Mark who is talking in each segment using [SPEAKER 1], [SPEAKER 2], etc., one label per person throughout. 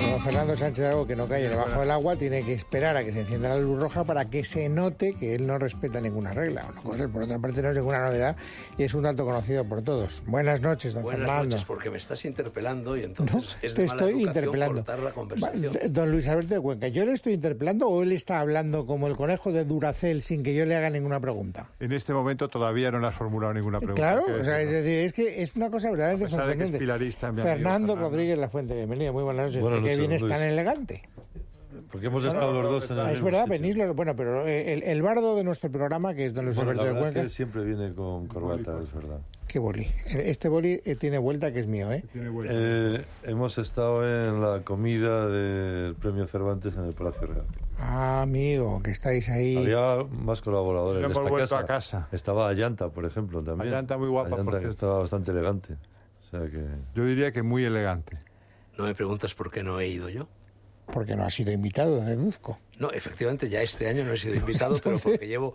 [SPEAKER 1] Como Fernando Sánchez Dragó, que no cae debajo del agua, tiene que esperar a que se encienda la luz roja para que se note que él no respeta ninguna regla. Una cosa, por otra parte, no es ninguna novedad y es un dato conocido por todos. Buenas noches, don
[SPEAKER 2] Buenas
[SPEAKER 1] Fernando.
[SPEAKER 2] noches, porque me estás interpelando y entonces es de
[SPEAKER 1] Te
[SPEAKER 2] mala
[SPEAKER 1] estoy
[SPEAKER 2] educación
[SPEAKER 1] interpelando.
[SPEAKER 2] cortar la conversación.
[SPEAKER 1] Va, Don Luis Alberto de Cuenca, ¿yo le estoy interpelando o él está hablando como el conejo de Duracel sin que yo le haga ninguna pregunta?
[SPEAKER 3] En este momento todavía no le has formulado ninguna pregunta.
[SPEAKER 1] Claro,
[SPEAKER 3] ¿qué
[SPEAKER 1] o sea, es
[SPEAKER 3] decirnos?
[SPEAKER 1] decir, es que es una cosa verdaderamente
[SPEAKER 3] A pesar de que es
[SPEAKER 1] sorprendente.
[SPEAKER 3] pilarista, mi amigo
[SPEAKER 1] Fernando
[SPEAKER 3] Fernando.
[SPEAKER 1] Rodríguez La Fuente, bienvenido, muy buenas noches.
[SPEAKER 4] Buenas
[SPEAKER 1] ¿Por qué
[SPEAKER 4] noches,
[SPEAKER 1] vienes
[SPEAKER 4] Luis.
[SPEAKER 1] tan elegante?
[SPEAKER 4] Porque hemos estado los dos en el
[SPEAKER 1] ah, es
[SPEAKER 4] mismo
[SPEAKER 1] verdad,
[SPEAKER 4] sitio.
[SPEAKER 1] venís los- Bueno, pero eh, el, el bardo de nuestro programa, que es don Luis
[SPEAKER 2] Pues
[SPEAKER 4] Bueno, la
[SPEAKER 1] Alberto de
[SPEAKER 4] verdad es
[SPEAKER 1] Cuenca.
[SPEAKER 4] que siempre viene con corbata, es verdad.
[SPEAKER 1] Qué boli. Este boli eh, tiene vuelta que es mío, ¿eh?
[SPEAKER 3] Tiene vuelta.
[SPEAKER 4] Eh, hemos estado en la comida del Premio Cervantes en el Palacio Real.
[SPEAKER 1] Ah, amigo, que estáis ahí.
[SPEAKER 4] Había más colaboradores
[SPEAKER 3] Ya
[SPEAKER 4] de
[SPEAKER 3] hemos
[SPEAKER 4] esta
[SPEAKER 3] vuelto
[SPEAKER 4] casa.
[SPEAKER 3] a casa.
[SPEAKER 4] Estaba Ayanta, por ejemplo, también.
[SPEAKER 3] Ayanta muy guapa, por
[SPEAKER 4] Ayanta, que
[SPEAKER 3] cierto.
[SPEAKER 4] estaba bastante elegante. O sea que...
[SPEAKER 3] Yo diría que muy elegante.
[SPEAKER 2] No me preguntas por qué no he ido yo.
[SPEAKER 1] Porque no ha sido invitado, deduzco.
[SPEAKER 2] No, efectivamente, ya este año no he sido invitado, pero porque llevo.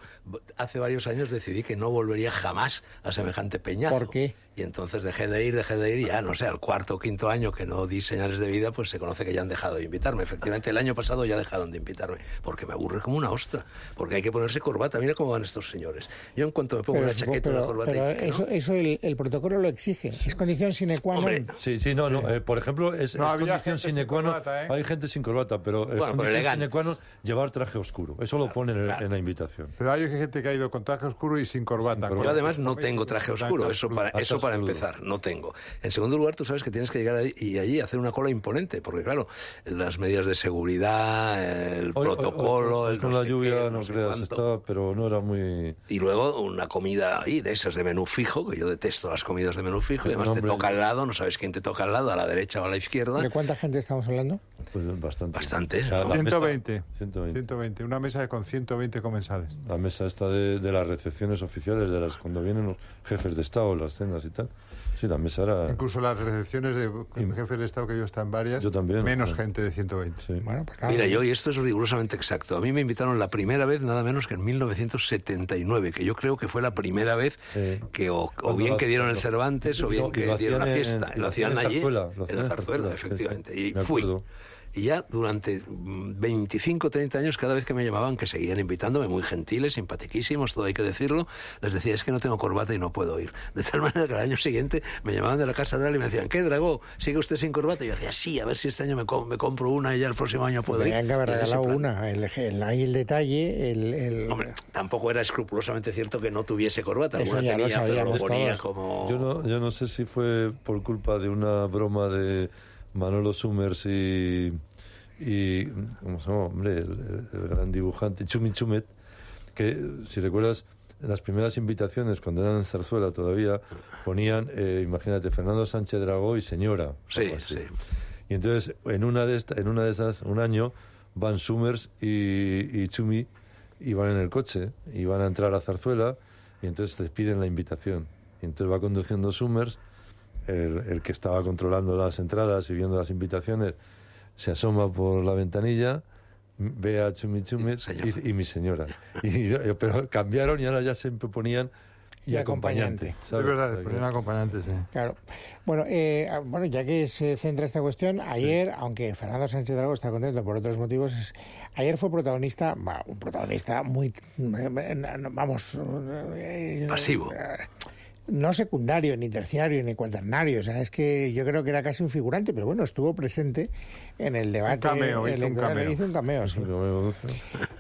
[SPEAKER 2] Hace varios años decidí que no volvería jamás a semejante peñazo.
[SPEAKER 1] ¿Por qué?
[SPEAKER 2] Y entonces dejé de ir, dejé de ir, y ya no sé, al cuarto o quinto año que no di señales de vida, pues se conoce que ya han dejado de invitarme. Efectivamente, el año pasado ya dejaron de invitarme, porque me aburre como una ostra, porque hay que ponerse corbata. Mira cómo van estos señores. Yo en cuanto me pongo
[SPEAKER 1] Pero,
[SPEAKER 2] una chaqueta,
[SPEAKER 1] pero-
[SPEAKER 2] una corbata
[SPEAKER 1] pero
[SPEAKER 2] y- ¿no?
[SPEAKER 1] eso, eso el, el protocolo lo exige. Es condición sine qua non.
[SPEAKER 2] Hombre,
[SPEAKER 4] Sí, sí, no, no. eh, por ejemplo, es,
[SPEAKER 3] No,
[SPEAKER 4] es
[SPEAKER 3] había
[SPEAKER 4] condición
[SPEAKER 3] gente sin
[SPEAKER 4] sine qua non-
[SPEAKER 3] corbata, ¿eh?
[SPEAKER 4] Hay gente sin corbata, pero es
[SPEAKER 2] Bueno, pero
[SPEAKER 4] condición
[SPEAKER 2] elegante.
[SPEAKER 4] sine qua non llevar traje oscuro. Eso lo ponen en- en la invitación.
[SPEAKER 3] Pero hay gente que ha ido con traje oscuro y sin corbata.
[SPEAKER 2] Yo
[SPEAKER 4] Sin corbata.
[SPEAKER 2] además no tengo traje oscuro, eso para,
[SPEAKER 4] Hasta
[SPEAKER 2] eso para
[SPEAKER 4] oscuro.
[SPEAKER 2] empezar, no tengo. En segundo lugar, tú sabes que tienes que llegar ahí- y allí hacer una cola imponente, porque claro, las medidas de seguridad, el
[SPEAKER 4] Hoy- hoy- hoy-
[SPEAKER 2] protocolo,
[SPEAKER 4] hoy
[SPEAKER 2] el
[SPEAKER 4] con
[SPEAKER 2] no
[SPEAKER 4] la
[SPEAKER 2] sé
[SPEAKER 4] lluvia,
[SPEAKER 2] qué,
[SPEAKER 4] no
[SPEAKER 2] sé
[SPEAKER 4] creas,
[SPEAKER 2] cuánto.
[SPEAKER 4] estaba, pero no era muy...
[SPEAKER 2] Y luego una comida ahí, de esas de menú fijo, que yo detesto las comidas de menú fijo, y
[SPEAKER 4] Pero,
[SPEAKER 2] además te
[SPEAKER 4] hombre,
[SPEAKER 2] toca al lado, no sabes quién te toca al lado, a la derecha o a la izquierda.
[SPEAKER 1] ¿De cuánta gente estamos hablando?
[SPEAKER 4] Pues bastante.
[SPEAKER 2] Bastantes,
[SPEAKER 4] La
[SPEAKER 2] ¿no?
[SPEAKER 4] mesa-
[SPEAKER 3] 120.
[SPEAKER 4] 120.
[SPEAKER 3] 120. Una mesa con 120 comensales.
[SPEAKER 4] La mesa esta de, de las recepciones oficiales, de las cuando vienen los jefes de Estado, las cenas y tal. Sí, la mesa era...
[SPEAKER 3] Incluso las recepciones de jefe de Estado que yo está en varias.
[SPEAKER 4] Yo también.
[SPEAKER 3] Menos
[SPEAKER 4] Sí.
[SPEAKER 3] gente de 120.
[SPEAKER 4] Sí.
[SPEAKER 1] Bueno, pues nada.
[SPEAKER 2] Mira, yo, y esto es rigurosamente exacto, a mí me invitaron la primera vez, nada menos que en 1979, que yo creo que fue la primera vez
[SPEAKER 4] Sí.
[SPEAKER 2] que o, o
[SPEAKER 4] Cuando
[SPEAKER 2] bien
[SPEAKER 4] lo-
[SPEAKER 2] que dieron el
[SPEAKER 4] lo-
[SPEAKER 2] Cervantes o
[SPEAKER 4] y
[SPEAKER 2] bien
[SPEAKER 4] lo- y
[SPEAKER 2] que
[SPEAKER 4] lo
[SPEAKER 2] dieron la
[SPEAKER 4] hacían en-
[SPEAKER 2] fiesta.
[SPEAKER 4] y
[SPEAKER 2] lo hacían
[SPEAKER 4] en
[SPEAKER 2] allí,
[SPEAKER 4] Zarzuela, lo
[SPEAKER 2] en
[SPEAKER 4] hacían
[SPEAKER 2] la
[SPEAKER 4] en
[SPEAKER 2] zarzuela,
[SPEAKER 4] Zarzuela,
[SPEAKER 2] efectivamente. Y
[SPEAKER 4] me
[SPEAKER 2] fui.
[SPEAKER 4] acuerdo.
[SPEAKER 2] Y ya durante mm, 25, 30 años, cada vez que me llamaban, que seguían invitándome, muy gentiles, simpatiquísimos, todo hay que decirlo, les decía, es que no tengo corbata y no puedo ir. De tal manera que al año siguiente me llamaban de la Casa Real y me decían, ¿qué, Dragó? ¿Sigue usted sin corbata? Y yo decía, sí, a ver si este año me, com- me compro una y ya el próximo año puedo ir.
[SPEAKER 1] Tenían que haber
[SPEAKER 2] Y en ese
[SPEAKER 1] regalado
[SPEAKER 2] plan-
[SPEAKER 1] una. El, el- ahí el detalle, el... el-
[SPEAKER 2] Hombre, tampoco era escrupulosamente cierto que no tuviese corbata.
[SPEAKER 1] Eso
[SPEAKER 2] Alguna
[SPEAKER 1] ya lo
[SPEAKER 2] tenía, pero lo
[SPEAKER 1] sabíamos
[SPEAKER 2] ponía
[SPEAKER 1] todos.
[SPEAKER 2] como...
[SPEAKER 4] Yo, no, yo no sé si fue por culpa de una broma de Manolo Summers y... y ¿Cómo se llama? Hombre, el, el gran dibujante Chumi Chumet, que, si recuerdas, en las primeras invitaciones, cuando eran en Zarzuela todavía, ponían, eh, imagínate, Fernando Sánchez Dragó y señora.
[SPEAKER 2] Sí,
[SPEAKER 4] algo así.
[SPEAKER 2] sí.
[SPEAKER 4] Y entonces, en una de, esta- en una de esas, un año, van Summers y, y Chumi y van en el coche y van a entrar a Zarzuela y entonces les piden la invitación. Y entonces va conduciendo Summers, el, el que estaba controlando las entradas y viendo las invitaciones, se asoma por la ventanilla, m- ve a Chumi Chumi
[SPEAKER 2] Señora.
[SPEAKER 4] y, y mi señora. Y, yo- pero cambiaron y ahora ya siempre ponían y,
[SPEAKER 1] Y acompañante.
[SPEAKER 4] acompañante.
[SPEAKER 3] Es
[SPEAKER 4] ¿sabes? O
[SPEAKER 3] verdad,
[SPEAKER 4] sea que-
[SPEAKER 3] ponían acompañantes. eh. sí.
[SPEAKER 1] Claro. Bueno, eh, ah, bueno, ya que se centra esta cuestión, ayer, aunque Fernando Sánchez Dragó está contento por otros motivos, es- ayer fue protagonista, bah, un protagonista muy, eh, eh, vamos, eh,
[SPEAKER 2] Pasivo.
[SPEAKER 1] eh, no secundario, ni terciario, ni cuaternario. O sea, es que yo creo que era casi un figurante, pero bueno, estuvo presente en el debate.
[SPEAKER 3] cameo, hizo un
[SPEAKER 1] electoral.
[SPEAKER 3] cameo.
[SPEAKER 1] Hizo un cameo, sí.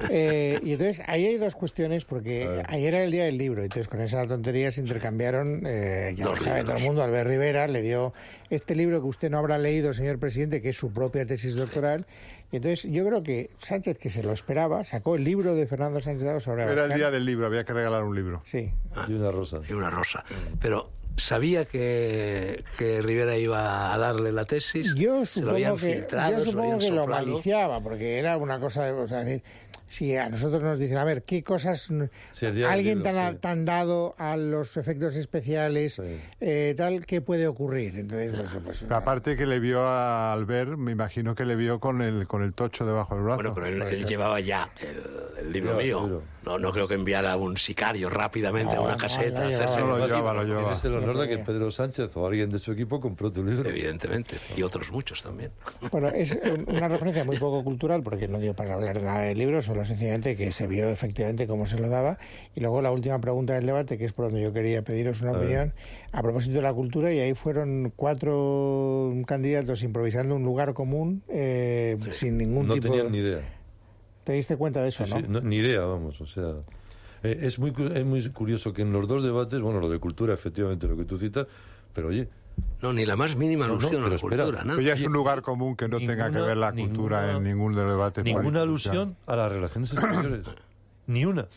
[SPEAKER 1] Eh, y entonces, ahí hay dos cuestiones, porque ayer era el día del libro, y entonces con esa tontería se intercambiaron, eh, ya
[SPEAKER 2] Dos
[SPEAKER 1] lo sabe todo el
[SPEAKER 2] libros.
[SPEAKER 1] mundo, Albert Rivera le dio este libro que usted no habrá leído, señor presidente, que es su propia tesis doctoral. Y entonces, yo creo que Sánchez, que se lo esperaba, sacó el libro de Fernando Sánchez Dragó sobre
[SPEAKER 3] Era el
[SPEAKER 1] Abascal.
[SPEAKER 3] día del libro, había que regalar un libro.
[SPEAKER 1] Sí,
[SPEAKER 3] Ah.
[SPEAKER 4] Y una rosa.
[SPEAKER 2] y una rosa. Pero sabía que, que Rivera iba a darle la tesis.
[SPEAKER 1] Yo
[SPEAKER 2] Se lo
[SPEAKER 1] supongo
[SPEAKER 2] habían
[SPEAKER 1] que,
[SPEAKER 2] filtrado,
[SPEAKER 1] yo
[SPEAKER 2] se lo,
[SPEAKER 1] supongo
[SPEAKER 2] habían
[SPEAKER 1] que lo
[SPEAKER 2] soplado.
[SPEAKER 1] maliciaba, porque era una cosa, de- o sea, decir, si a nosotros nos dicen, a ver, ¿qué cosas n-
[SPEAKER 4] Sí, el día del
[SPEAKER 1] alguien
[SPEAKER 4] libro,
[SPEAKER 1] tan, a-
[SPEAKER 4] sí.
[SPEAKER 1] tan dado a los efectos especiales,
[SPEAKER 4] Sí.
[SPEAKER 1] eh, tal, qué puede ocurrir? Entonces, pues, pues,
[SPEAKER 3] Pero aparte que le vio a Albert, me imagino que le vio con el, con el tocho debajo del brazo.
[SPEAKER 2] Bueno, pero él, él llevaba ya el, el libro
[SPEAKER 4] Llevaba el
[SPEAKER 2] mío.
[SPEAKER 4] libro.
[SPEAKER 2] No, no creo que enviara a un sicario rápidamente
[SPEAKER 1] No,
[SPEAKER 2] a una
[SPEAKER 1] no,
[SPEAKER 2] caseta
[SPEAKER 1] no
[SPEAKER 2] a hacerse.
[SPEAKER 3] llevaba. No lo
[SPEAKER 4] Además,
[SPEAKER 3] llevaba, lo llevaba.
[SPEAKER 4] Tienes el honor de que
[SPEAKER 1] Lo tenía.
[SPEAKER 4] Pedro Sánchez o alguien de su equipo compró tu libro.
[SPEAKER 2] Evidentemente. Y otros muchos también.
[SPEAKER 1] Bueno, es un- una referencia muy poco cultural porque no dio para hablar nada del libro, solo sencillamente que se vio efectivamente cómo se lo daba. Y luego la última pregunta del debate, que es por donde yo quería pediros una
[SPEAKER 4] A ver.
[SPEAKER 1] opinión, a propósito de la cultura, y ahí fueron cuatro candidatos improvisando un lugar común eh, sin ningún
[SPEAKER 4] No
[SPEAKER 1] tipo
[SPEAKER 4] tenían
[SPEAKER 1] de...
[SPEAKER 4] ni idea.
[SPEAKER 1] ¿Te diste cuenta de eso,
[SPEAKER 4] Sí,
[SPEAKER 1] no?
[SPEAKER 4] sí, no- ni idea, vamos, o sea... eh, es, muy, cu- es muy curioso que en los dos debates, bueno, lo de cultura, efectivamente, lo que tú citas, pero oye...
[SPEAKER 2] No, ni la más mínima
[SPEAKER 4] No, no,
[SPEAKER 2] alusión a
[SPEAKER 4] pero
[SPEAKER 2] la
[SPEAKER 4] espera.
[SPEAKER 2] cultura. nada.
[SPEAKER 1] Pues
[SPEAKER 3] Pero Pues ya es un lugar común que no tenga que
[SPEAKER 4] ninguna-
[SPEAKER 3] ver la cultura
[SPEAKER 4] ninguna-
[SPEAKER 3] en ningún debate.
[SPEAKER 4] Ninguna
[SPEAKER 3] político,
[SPEAKER 4] alusión a las relaciones exteriores. ni una.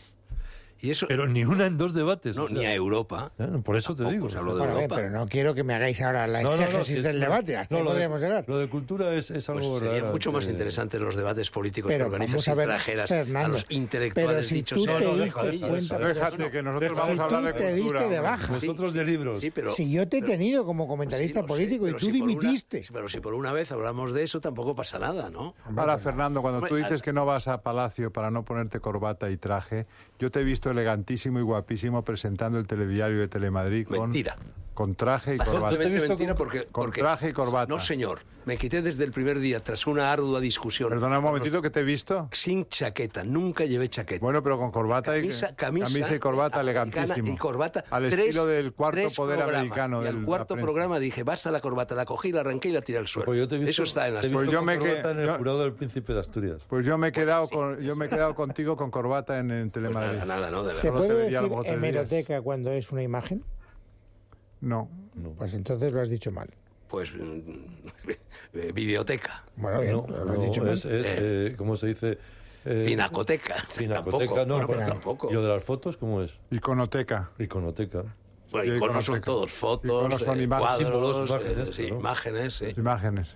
[SPEAKER 2] Y eso,
[SPEAKER 4] Pero ni una en dos debates.
[SPEAKER 2] no,
[SPEAKER 4] o sea,
[SPEAKER 2] ni a Europa.
[SPEAKER 4] eh, Por eso te
[SPEAKER 2] Tampoco
[SPEAKER 4] digo.
[SPEAKER 2] se habló de
[SPEAKER 1] Bueno, a ver,
[SPEAKER 2] Europa.
[SPEAKER 1] pero no quiero que me hagáis ahora la
[SPEAKER 4] No, no, no,
[SPEAKER 1] exégesis
[SPEAKER 4] sí, es-
[SPEAKER 1] del debate, hasta
[SPEAKER 4] no,
[SPEAKER 1] ahí
[SPEAKER 4] lo de-
[SPEAKER 1] podríamos llegar.
[SPEAKER 4] Lo de cultura es, es
[SPEAKER 2] Pues
[SPEAKER 4] algo
[SPEAKER 2] sería
[SPEAKER 4] raro,
[SPEAKER 2] mucho más
[SPEAKER 4] eh,
[SPEAKER 2] interesantes los debates políticos
[SPEAKER 1] Pero
[SPEAKER 2] que organizan
[SPEAKER 1] vamos a ver,
[SPEAKER 2] sufrajeras a
[SPEAKER 1] Fernando,
[SPEAKER 2] los intelectuales
[SPEAKER 1] pero si
[SPEAKER 2] dichos
[SPEAKER 1] tú
[SPEAKER 2] sea-
[SPEAKER 4] te
[SPEAKER 2] No, no,
[SPEAKER 4] diste
[SPEAKER 2] deja de-
[SPEAKER 4] cuenta-
[SPEAKER 3] No, déjate que nosotros
[SPEAKER 4] Deja-
[SPEAKER 3] vamos a
[SPEAKER 4] Si
[SPEAKER 3] hablar de
[SPEAKER 4] tú te
[SPEAKER 3] cultura.
[SPEAKER 1] diste de
[SPEAKER 3] hombre.
[SPEAKER 1] baja.
[SPEAKER 4] Nosotros de libros.
[SPEAKER 2] Sí, pero-
[SPEAKER 1] si yo te he
[SPEAKER 2] pero-
[SPEAKER 1] tenido como comentarista
[SPEAKER 2] Pues Sí, lo sé,
[SPEAKER 1] político y
[SPEAKER 2] pero
[SPEAKER 1] tú
[SPEAKER 2] si por una-
[SPEAKER 1] dimitiste.
[SPEAKER 2] pero si por una vez hablamos de eso, tampoco pasa nada, ¿no?
[SPEAKER 3] Ahora, Fernando, cuando
[SPEAKER 2] Hombre,
[SPEAKER 3] tú dices
[SPEAKER 2] a-
[SPEAKER 3] que no vas a Palacio para no ponerte corbata y traje, yo te he visto elegantísimo y guapísimo presentando el telediario de Telemadrid con,
[SPEAKER 2] Mentira.
[SPEAKER 3] con traje y corbata.
[SPEAKER 2] Absolutamente mentira porque,
[SPEAKER 3] con
[SPEAKER 2] porque-
[SPEAKER 3] traje y corbata.
[SPEAKER 2] No, señor. Me quité desde el primer día, tras una ardua discusión.
[SPEAKER 3] Perdona un momentito que te he visto.
[SPEAKER 2] Sin chaqueta, nunca llevé chaqueta.
[SPEAKER 3] Bueno, pero con corbata y
[SPEAKER 2] camisa, camisa,
[SPEAKER 3] camisa y corbata
[SPEAKER 2] americana
[SPEAKER 3] elegantísimo.
[SPEAKER 2] Y corbata.
[SPEAKER 3] Al
[SPEAKER 2] Tres-
[SPEAKER 3] estilo del cuarto
[SPEAKER 2] tres
[SPEAKER 3] poder
[SPEAKER 2] programas.
[SPEAKER 3] americano.
[SPEAKER 2] Y
[SPEAKER 3] del
[SPEAKER 2] al cuarto programa dije, basta la corbata, la cogí, la arranqué y la tiré al suelo.
[SPEAKER 4] Pues yo te he visto-
[SPEAKER 2] Eso está en las
[SPEAKER 4] te he visto
[SPEAKER 3] Pues yo
[SPEAKER 4] con
[SPEAKER 3] me que-
[SPEAKER 4] corbata en el
[SPEAKER 3] yo-
[SPEAKER 4] jurado del príncipe de Asturias.
[SPEAKER 3] Pues yo me he quedado, con, yo me he quedado contigo con corbata en, en
[SPEAKER 2] Pues
[SPEAKER 3] Telemadrid.
[SPEAKER 2] nada, nada, no, de
[SPEAKER 1] ¿Se
[SPEAKER 2] verdad.
[SPEAKER 3] Solo
[SPEAKER 1] puede
[SPEAKER 3] te diría
[SPEAKER 1] decir
[SPEAKER 3] algo otro día.
[SPEAKER 1] hemeroteca cuando es una imagen?
[SPEAKER 3] No.
[SPEAKER 1] Pues entonces lo has dicho mal.
[SPEAKER 2] Pues mm, eh, videoteca,
[SPEAKER 1] Bueno, bien,
[SPEAKER 4] No,
[SPEAKER 1] lo has
[SPEAKER 4] no,
[SPEAKER 1] dicho mal.
[SPEAKER 4] es, es, eh, ¿cómo se dice? Eh,
[SPEAKER 2] pinacoteca.
[SPEAKER 4] Pinacoteca,
[SPEAKER 2] tampoco.
[SPEAKER 4] no,
[SPEAKER 2] Bueno,
[SPEAKER 4] pero-
[SPEAKER 2] tampoco.
[SPEAKER 4] ¿Y lo de las fotos cómo es?
[SPEAKER 3] Iconoteca.
[SPEAKER 4] Iconoteca.
[SPEAKER 2] Bueno,
[SPEAKER 3] Sí,
[SPEAKER 2] iconos son Pues
[SPEAKER 3] iconoteca.
[SPEAKER 2] todos, fotos,
[SPEAKER 3] Iconos son
[SPEAKER 2] eh,
[SPEAKER 3] imágenes,
[SPEAKER 2] cuadros,
[SPEAKER 4] símbolos,
[SPEAKER 2] eh,
[SPEAKER 4] imágenes,
[SPEAKER 2] sí,
[SPEAKER 4] claro.
[SPEAKER 2] imágenes, eh. sí.
[SPEAKER 3] Imágenes.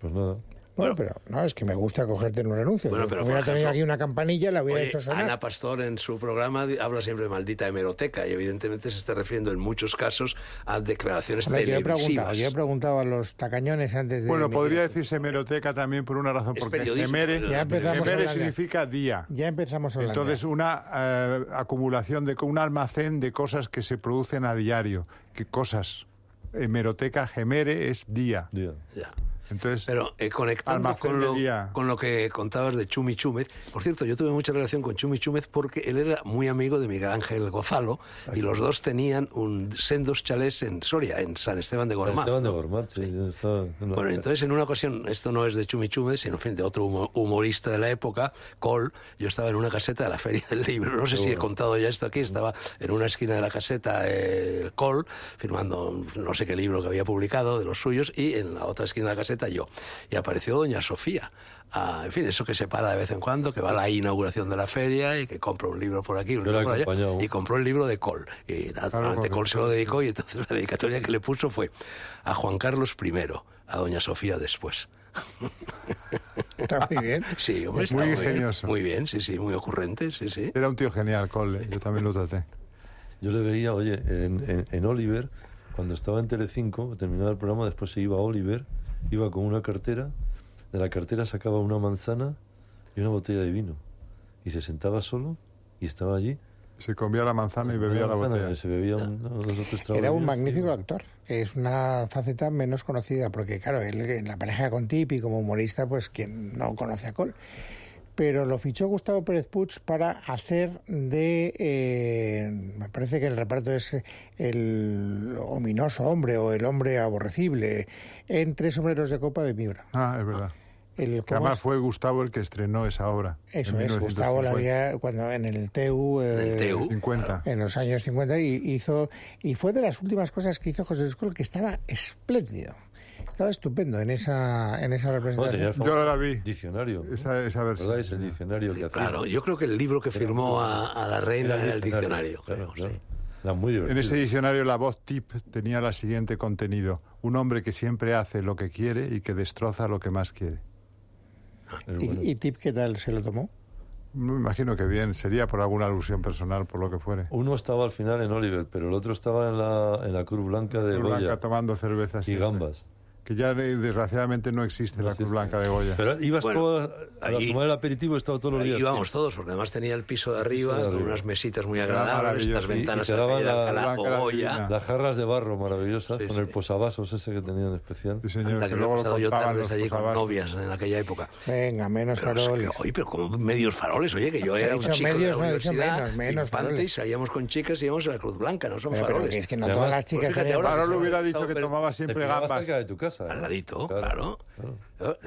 [SPEAKER 4] Pues nada.
[SPEAKER 1] Bueno, pero no, es que me gusta cogerte en un anuncio.
[SPEAKER 2] Bueno,
[SPEAKER 1] Si
[SPEAKER 2] pero,
[SPEAKER 1] hubiera
[SPEAKER 2] por ejemplo,
[SPEAKER 1] tenido aquí una campanilla, la hubiera
[SPEAKER 2] Oye,
[SPEAKER 1] hecho sonar.
[SPEAKER 2] Ana Pastor en su programa di- habla siempre de maldita hemeroteca y evidentemente se está refiriendo en muchos casos a declaraciones
[SPEAKER 1] Hombre, yo, he preguntado,
[SPEAKER 2] televisivas.
[SPEAKER 1] yo he preguntado a los tacañones antes de.
[SPEAKER 3] Bueno,
[SPEAKER 1] emitir.
[SPEAKER 3] podría decirse hemeroteca también por una razón,
[SPEAKER 2] Es
[SPEAKER 3] porque
[SPEAKER 2] periodismo.
[SPEAKER 3] gemere,
[SPEAKER 2] Ya
[SPEAKER 1] empezamos a
[SPEAKER 3] gemere
[SPEAKER 1] hablar de-
[SPEAKER 3] significa día.
[SPEAKER 1] Ya empezamos a hablar.
[SPEAKER 3] Entonces, una eh, acumulación de co- un almacén de cosas que se producen a diario. ¿Qué cosas? Hemeroteca gemere es día.
[SPEAKER 4] Día.
[SPEAKER 2] Ya.
[SPEAKER 3] Entonces,
[SPEAKER 2] Pero eh, conectando
[SPEAKER 3] Almacén
[SPEAKER 2] con
[SPEAKER 3] de
[SPEAKER 2] lo,
[SPEAKER 3] día.
[SPEAKER 2] con lo que contabas de Chumi Chúmez, por cierto, yo tuve mucha relación con Chumi Chúmez porque él era muy amigo de Miguel Ángel Gozalo y los dos tenían un sendos chalés en Soria, en San Esteban de Gormaz.
[SPEAKER 4] Esteban de Gormat, sí. ya está. No,
[SPEAKER 2] Bueno, entonces en una ocasión, esto no es de Chumichume, sino en fin, de otro humo- humorista de la época, Cole, yo estaba en una caseta de la Feria del Libro, no sé si he contado ya esto aquí, estaba en una esquina de la caseta eh, Cole, firmando no sé qué libro que había publicado de los suyos, y en la otra esquina de la caseta yo. Y apareció Doña Sofía. Ah, en fin, eso que se para de vez en cuando, que va a la inauguración de la feria y que compra un libro por aquí, un
[SPEAKER 4] Yo la
[SPEAKER 2] libro por allá,
[SPEAKER 4] acompañaba.
[SPEAKER 2] y compró el libro de Cole. Y naturalmente
[SPEAKER 3] porque-
[SPEAKER 2] Cole se lo dedicó y entonces la dedicatoria que le puso fue a Juan Carlos I, a Doña Sofía después.
[SPEAKER 1] Está muy bien.
[SPEAKER 2] Sí, hombre,
[SPEAKER 3] Es
[SPEAKER 2] está
[SPEAKER 3] muy
[SPEAKER 2] bien.
[SPEAKER 3] ingenioso.
[SPEAKER 2] Muy bien, sí, sí, muy ocurrente, sí, sí.
[SPEAKER 3] era un tío genial, Cole. ¿eh? Yo también lo traté.
[SPEAKER 4] Yo le veía, oye, en, en- en Oliver, cuando estaba en Telecinco, terminaba el programa, después se iba a Oliver, iba con una cartera, de la cartera sacaba una manzana y una botella de vino. Y se sentaba solo y estaba allí.
[SPEAKER 3] Se comía la manzana y bebía
[SPEAKER 4] Una
[SPEAKER 3] la
[SPEAKER 4] manzana,
[SPEAKER 3] botella.
[SPEAKER 4] y Se bebía un- unos otros
[SPEAKER 1] Era
[SPEAKER 4] tragos.
[SPEAKER 1] un magnífico actor, que es una faceta menos conocida, porque claro, él en la pareja con Tipi como humorista, pues quien no conoce a Cole. pero lo fichó Gustavo Pérez Puig para hacer de. eh, me parece que el reparto es el ominoso hombre o el hombre aborrecible en Tres sombreros de copa de Mibra.
[SPEAKER 3] Ah, es verdad.
[SPEAKER 1] El,
[SPEAKER 3] Que
[SPEAKER 1] ¿cómo
[SPEAKER 3] además
[SPEAKER 1] es?
[SPEAKER 3] fue Gustavo el que estrenó esa obra.
[SPEAKER 1] Eso
[SPEAKER 3] en
[SPEAKER 1] es, Gustavo la
[SPEAKER 3] 1950.
[SPEAKER 1] había cuando en el TU.
[SPEAKER 2] En el
[SPEAKER 1] eh,
[SPEAKER 2] TU.
[SPEAKER 3] 50.
[SPEAKER 1] en los años 50 y hizo y fue de las últimas cosas que hizo José Luis Col que estaba espléndido estaba estupendo en esa en esa
[SPEAKER 4] Bueno, tenía el
[SPEAKER 1] representación
[SPEAKER 4] famoso
[SPEAKER 3] Yo la vi.
[SPEAKER 4] Diccionario. ¿no?
[SPEAKER 3] Esa, esa versión.
[SPEAKER 4] ¿Verdad? Es el diccionario que hacía.
[SPEAKER 2] Claro, yo creo que el libro que firmó a, a la reina era el diccionario.
[SPEAKER 4] claro,
[SPEAKER 2] creo, sí.
[SPEAKER 4] claro. Era muy
[SPEAKER 1] Eh.
[SPEAKER 4] divertido.
[SPEAKER 3] En ese diccionario la voz tip tenía la siguiente contenido. Un hombre que siempre hace lo que quiere y que destroza lo que más quiere.
[SPEAKER 4] Es bueno.
[SPEAKER 1] y, y Tip qué tal se lo tomó
[SPEAKER 3] Me imagino que bien, sería por alguna alusión personal, por lo que fuere.
[SPEAKER 4] Uno estaba al final en Oliver, pero el otro estaba en la, en la Cruz Blanca de
[SPEAKER 3] Cruz Blanca
[SPEAKER 4] Goya
[SPEAKER 3] tomando cervezas
[SPEAKER 4] y gambas.
[SPEAKER 3] Que ya eh, desgraciadamente no existe la Cruz
[SPEAKER 4] existe.
[SPEAKER 3] Blanca de Goya.
[SPEAKER 4] Pero ibas
[SPEAKER 2] Bueno,
[SPEAKER 4] todo a, a
[SPEAKER 2] ahí-
[SPEAKER 4] tomar el aperitivo, he estado todos los
[SPEAKER 2] Ahí
[SPEAKER 4] días.
[SPEAKER 2] íbamos
[SPEAKER 4] tío.
[SPEAKER 2] todos, porque además tenía el piso de arriba,
[SPEAKER 4] de
[SPEAKER 2] con
[SPEAKER 4] arriba.
[SPEAKER 2] unas mesitas muy
[SPEAKER 3] Era
[SPEAKER 2] agradables,
[SPEAKER 3] maravilloso.
[SPEAKER 2] estas
[SPEAKER 3] Y- y
[SPEAKER 2] ventanas
[SPEAKER 4] te daban
[SPEAKER 2] aquella de
[SPEAKER 4] la-
[SPEAKER 2] Alcalá,
[SPEAKER 3] blanca, la
[SPEAKER 2] Goya.
[SPEAKER 3] divina.
[SPEAKER 4] Las jarras de barro maravillosas,
[SPEAKER 2] Sí,
[SPEAKER 4] con
[SPEAKER 2] sí.
[SPEAKER 4] el posavasos ese que tenían especial.
[SPEAKER 3] Sí,
[SPEAKER 2] Anda,
[SPEAKER 3] señor,
[SPEAKER 2] que
[SPEAKER 3] que
[SPEAKER 2] no he
[SPEAKER 3] luego lo
[SPEAKER 2] pasado yo
[SPEAKER 3] contaban
[SPEAKER 2] tardes
[SPEAKER 3] los
[SPEAKER 2] allí con
[SPEAKER 3] posavasos.
[SPEAKER 2] novias en aquella época.
[SPEAKER 1] venga menos
[SPEAKER 2] Pero, o sea,
[SPEAKER 1] farol
[SPEAKER 2] que, oye, pero como medios faroles, oye, que yo
[SPEAKER 1] He
[SPEAKER 2] era un
[SPEAKER 1] dicho
[SPEAKER 2] chico de la
[SPEAKER 1] medios, no, he dicho
[SPEAKER 2] universidad,
[SPEAKER 1] menos, menos
[SPEAKER 2] infante,
[SPEAKER 1] faroles.
[SPEAKER 2] y salíamos con chicas y íbamos a la Cruz Blanca, no son
[SPEAKER 1] Pero- pero
[SPEAKER 2] faroles.
[SPEAKER 1] que es que no
[SPEAKER 4] Además,
[SPEAKER 1] todas las chicas
[SPEAKER 2] pues fíjate,
[SPEAKER 1] tenían-
[SPEAKER 2] ahora-
[SPEAKER 3] Claro, le hubiera dicho que
[SPEAKER 2] Pero-
[SPEAKER 3] tomaba
[SPEAKER 4] Te
[SPEAKER 3] siempre
[SPEAKER 4] pillabas
[SPEAKER 3] gambas.
[SPEAKER 4] cerca de tu casa. ¿eh?
[SPEAKER 2] Al ladito, claro.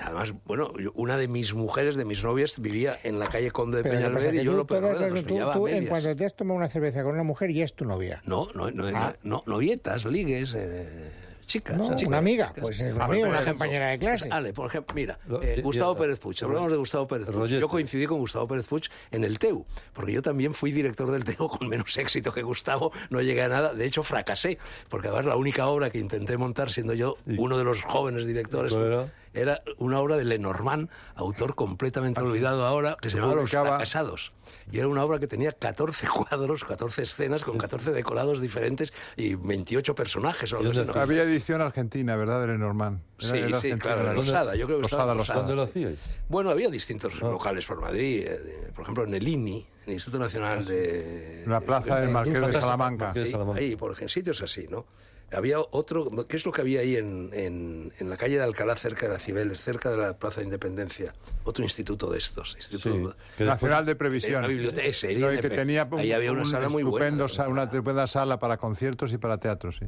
[SPEAKER 2] Además, bueno, yo- una de mis mujeres, de mis novias, vivía en la calle Conde de
[SPEAKER 1] pero lo que pasa es
[SPEAKER 2] Peñalver
[SPEAKER 1] que
[SPEAKER 2] y yo
[SPEAKER 1] tú
[SPEAKER 2] lo
[SPEAKER 1] todas
[SPEAKER 2] perdoné,
[SPEAKER 1] las-
[SPEAKER 2] nos
[SPEAKER 1] tú-
[SPEAKER 2] pillaba a
[SPEAKER 1] tú, en
[SPEAKER 2] medias.
[SPEAKER 1] cuanto te has tomado una cerveza con una mujer ya es tu novia
[SPEAKER 2] No, no, no, no,
[SPEAKER 1] Ah.
[SPEAKER 2] no, novietas, ligues, eh, chicas.
[SPEAKER 1] No,
[SPEAKER 2] chicas,
[SPEAKER 1] una amiga,
[SPEAKER 2] chicas.
[SPEAKER 1] pues es
[SPEAKER 2] Ah,
[SPEAKER 1] una amiga,
[SPEAKER 2] por
[SPEAKER 1] una
[SPEAKER 2] ejemplo,
[SPEAKER 1] compañera de clase.
[SPEAKER 2] pues, Ale, por ejemplo, mira,
[SPEAKER 4] Lo-
[SPEAKER 2] eh,
[SPEAKER 4] y-
[SPEAKER 2] Gustavo
[SPEAKER 4] y-
[SPEAKER 2] Pérez Puig, hablamos de Gustavo Pérez Puig.
[SPEAKER 4] Rollete.
[SPEAKER 2] Yo coincidí con Gustavo Pérez Puig en el TEU, porque yo también fui director del TEU con menos éxito que Gustavo, no llegué a nada, de hecho fracasé, porque además la única obra que intenté montar siendo yo uno de los jóvenes directores
[SPEAKER 4] ¿Y cuál era?
[SPEAKER 2] era una obra de Lenormand, autor
[SPEAKER 4] Ah,
[SPEAKER 2] completamente olvidado ahora, que se llamaba Los
[SPEAKER 3] Publicaba-
[SPEAKER 2] Fracasados. Y era una obra que tenía 14 cuadros, 14 escenas, con 14 decorados diferentes y 28 personajes. o algo
[SPEAKER 4] ¿Y dónde
[SPEAKER 2] así, ¿no?
[SPEAKER 3] Había edición argentina, ¿verdad? De Lenormand.
[SPEAKER 2] Sí, sí, claro, la
[SPEAKER 3] ¿verdad?
[SPEAKER 2] Losada, yo creo que estaba
[SPEAKER 3] Losada,
[SPEAKER 2] en
[SPEAKER 3] Losada.
[SPEAKER 4] ¿Dónde lo hacíais?
[SPEAKER 2] Bueno, había distintos
[SPEAKER 3] Ah.
[SPEAKER 2] locales por Madrid, eh, de- por ejemplo en el INI, el Instituto Nacional de...
[SPEAKER 3] La plaza del Marqués de
[SPEAKER 4] Plaza
[SPEAKER 3] Salamanca.
[SPEAKER 4] Marqués. de
[SPEAKER 2] Sí,
[SPEAKER 4] Salamanca.
[SPEAKER 2] ahí, por ejemplo, en sitios así, ¿no? Había otro, ¿qué es lo que había ahí en, en- en la calle de Alcalá, cerca de la Cibeles, cerca de la Plaza de Independencia? Otro instituto de estos, instituto...
[SPEAKER 4] que
[SPEAKER 3] Nacional de
[SPEAKER 2] Tenía
[SPEAKER 3] Previsión.
[SPEAKER 2] Una biblioteca, ese, el
[SPEAKER 3] No, y
[SPEAKER 2] INP.
[SPEAKER 3] que tenía un-
[SPEAKER 2] ahí había una
[SPEAKER 3] un
[SPEAKER 2] sala muy
[SPEAKER 3] estupendo
[SPEAKER 2] buena.
[SPEAKER 3] sa- una estupenda sala para conciertos y para teatro, sí.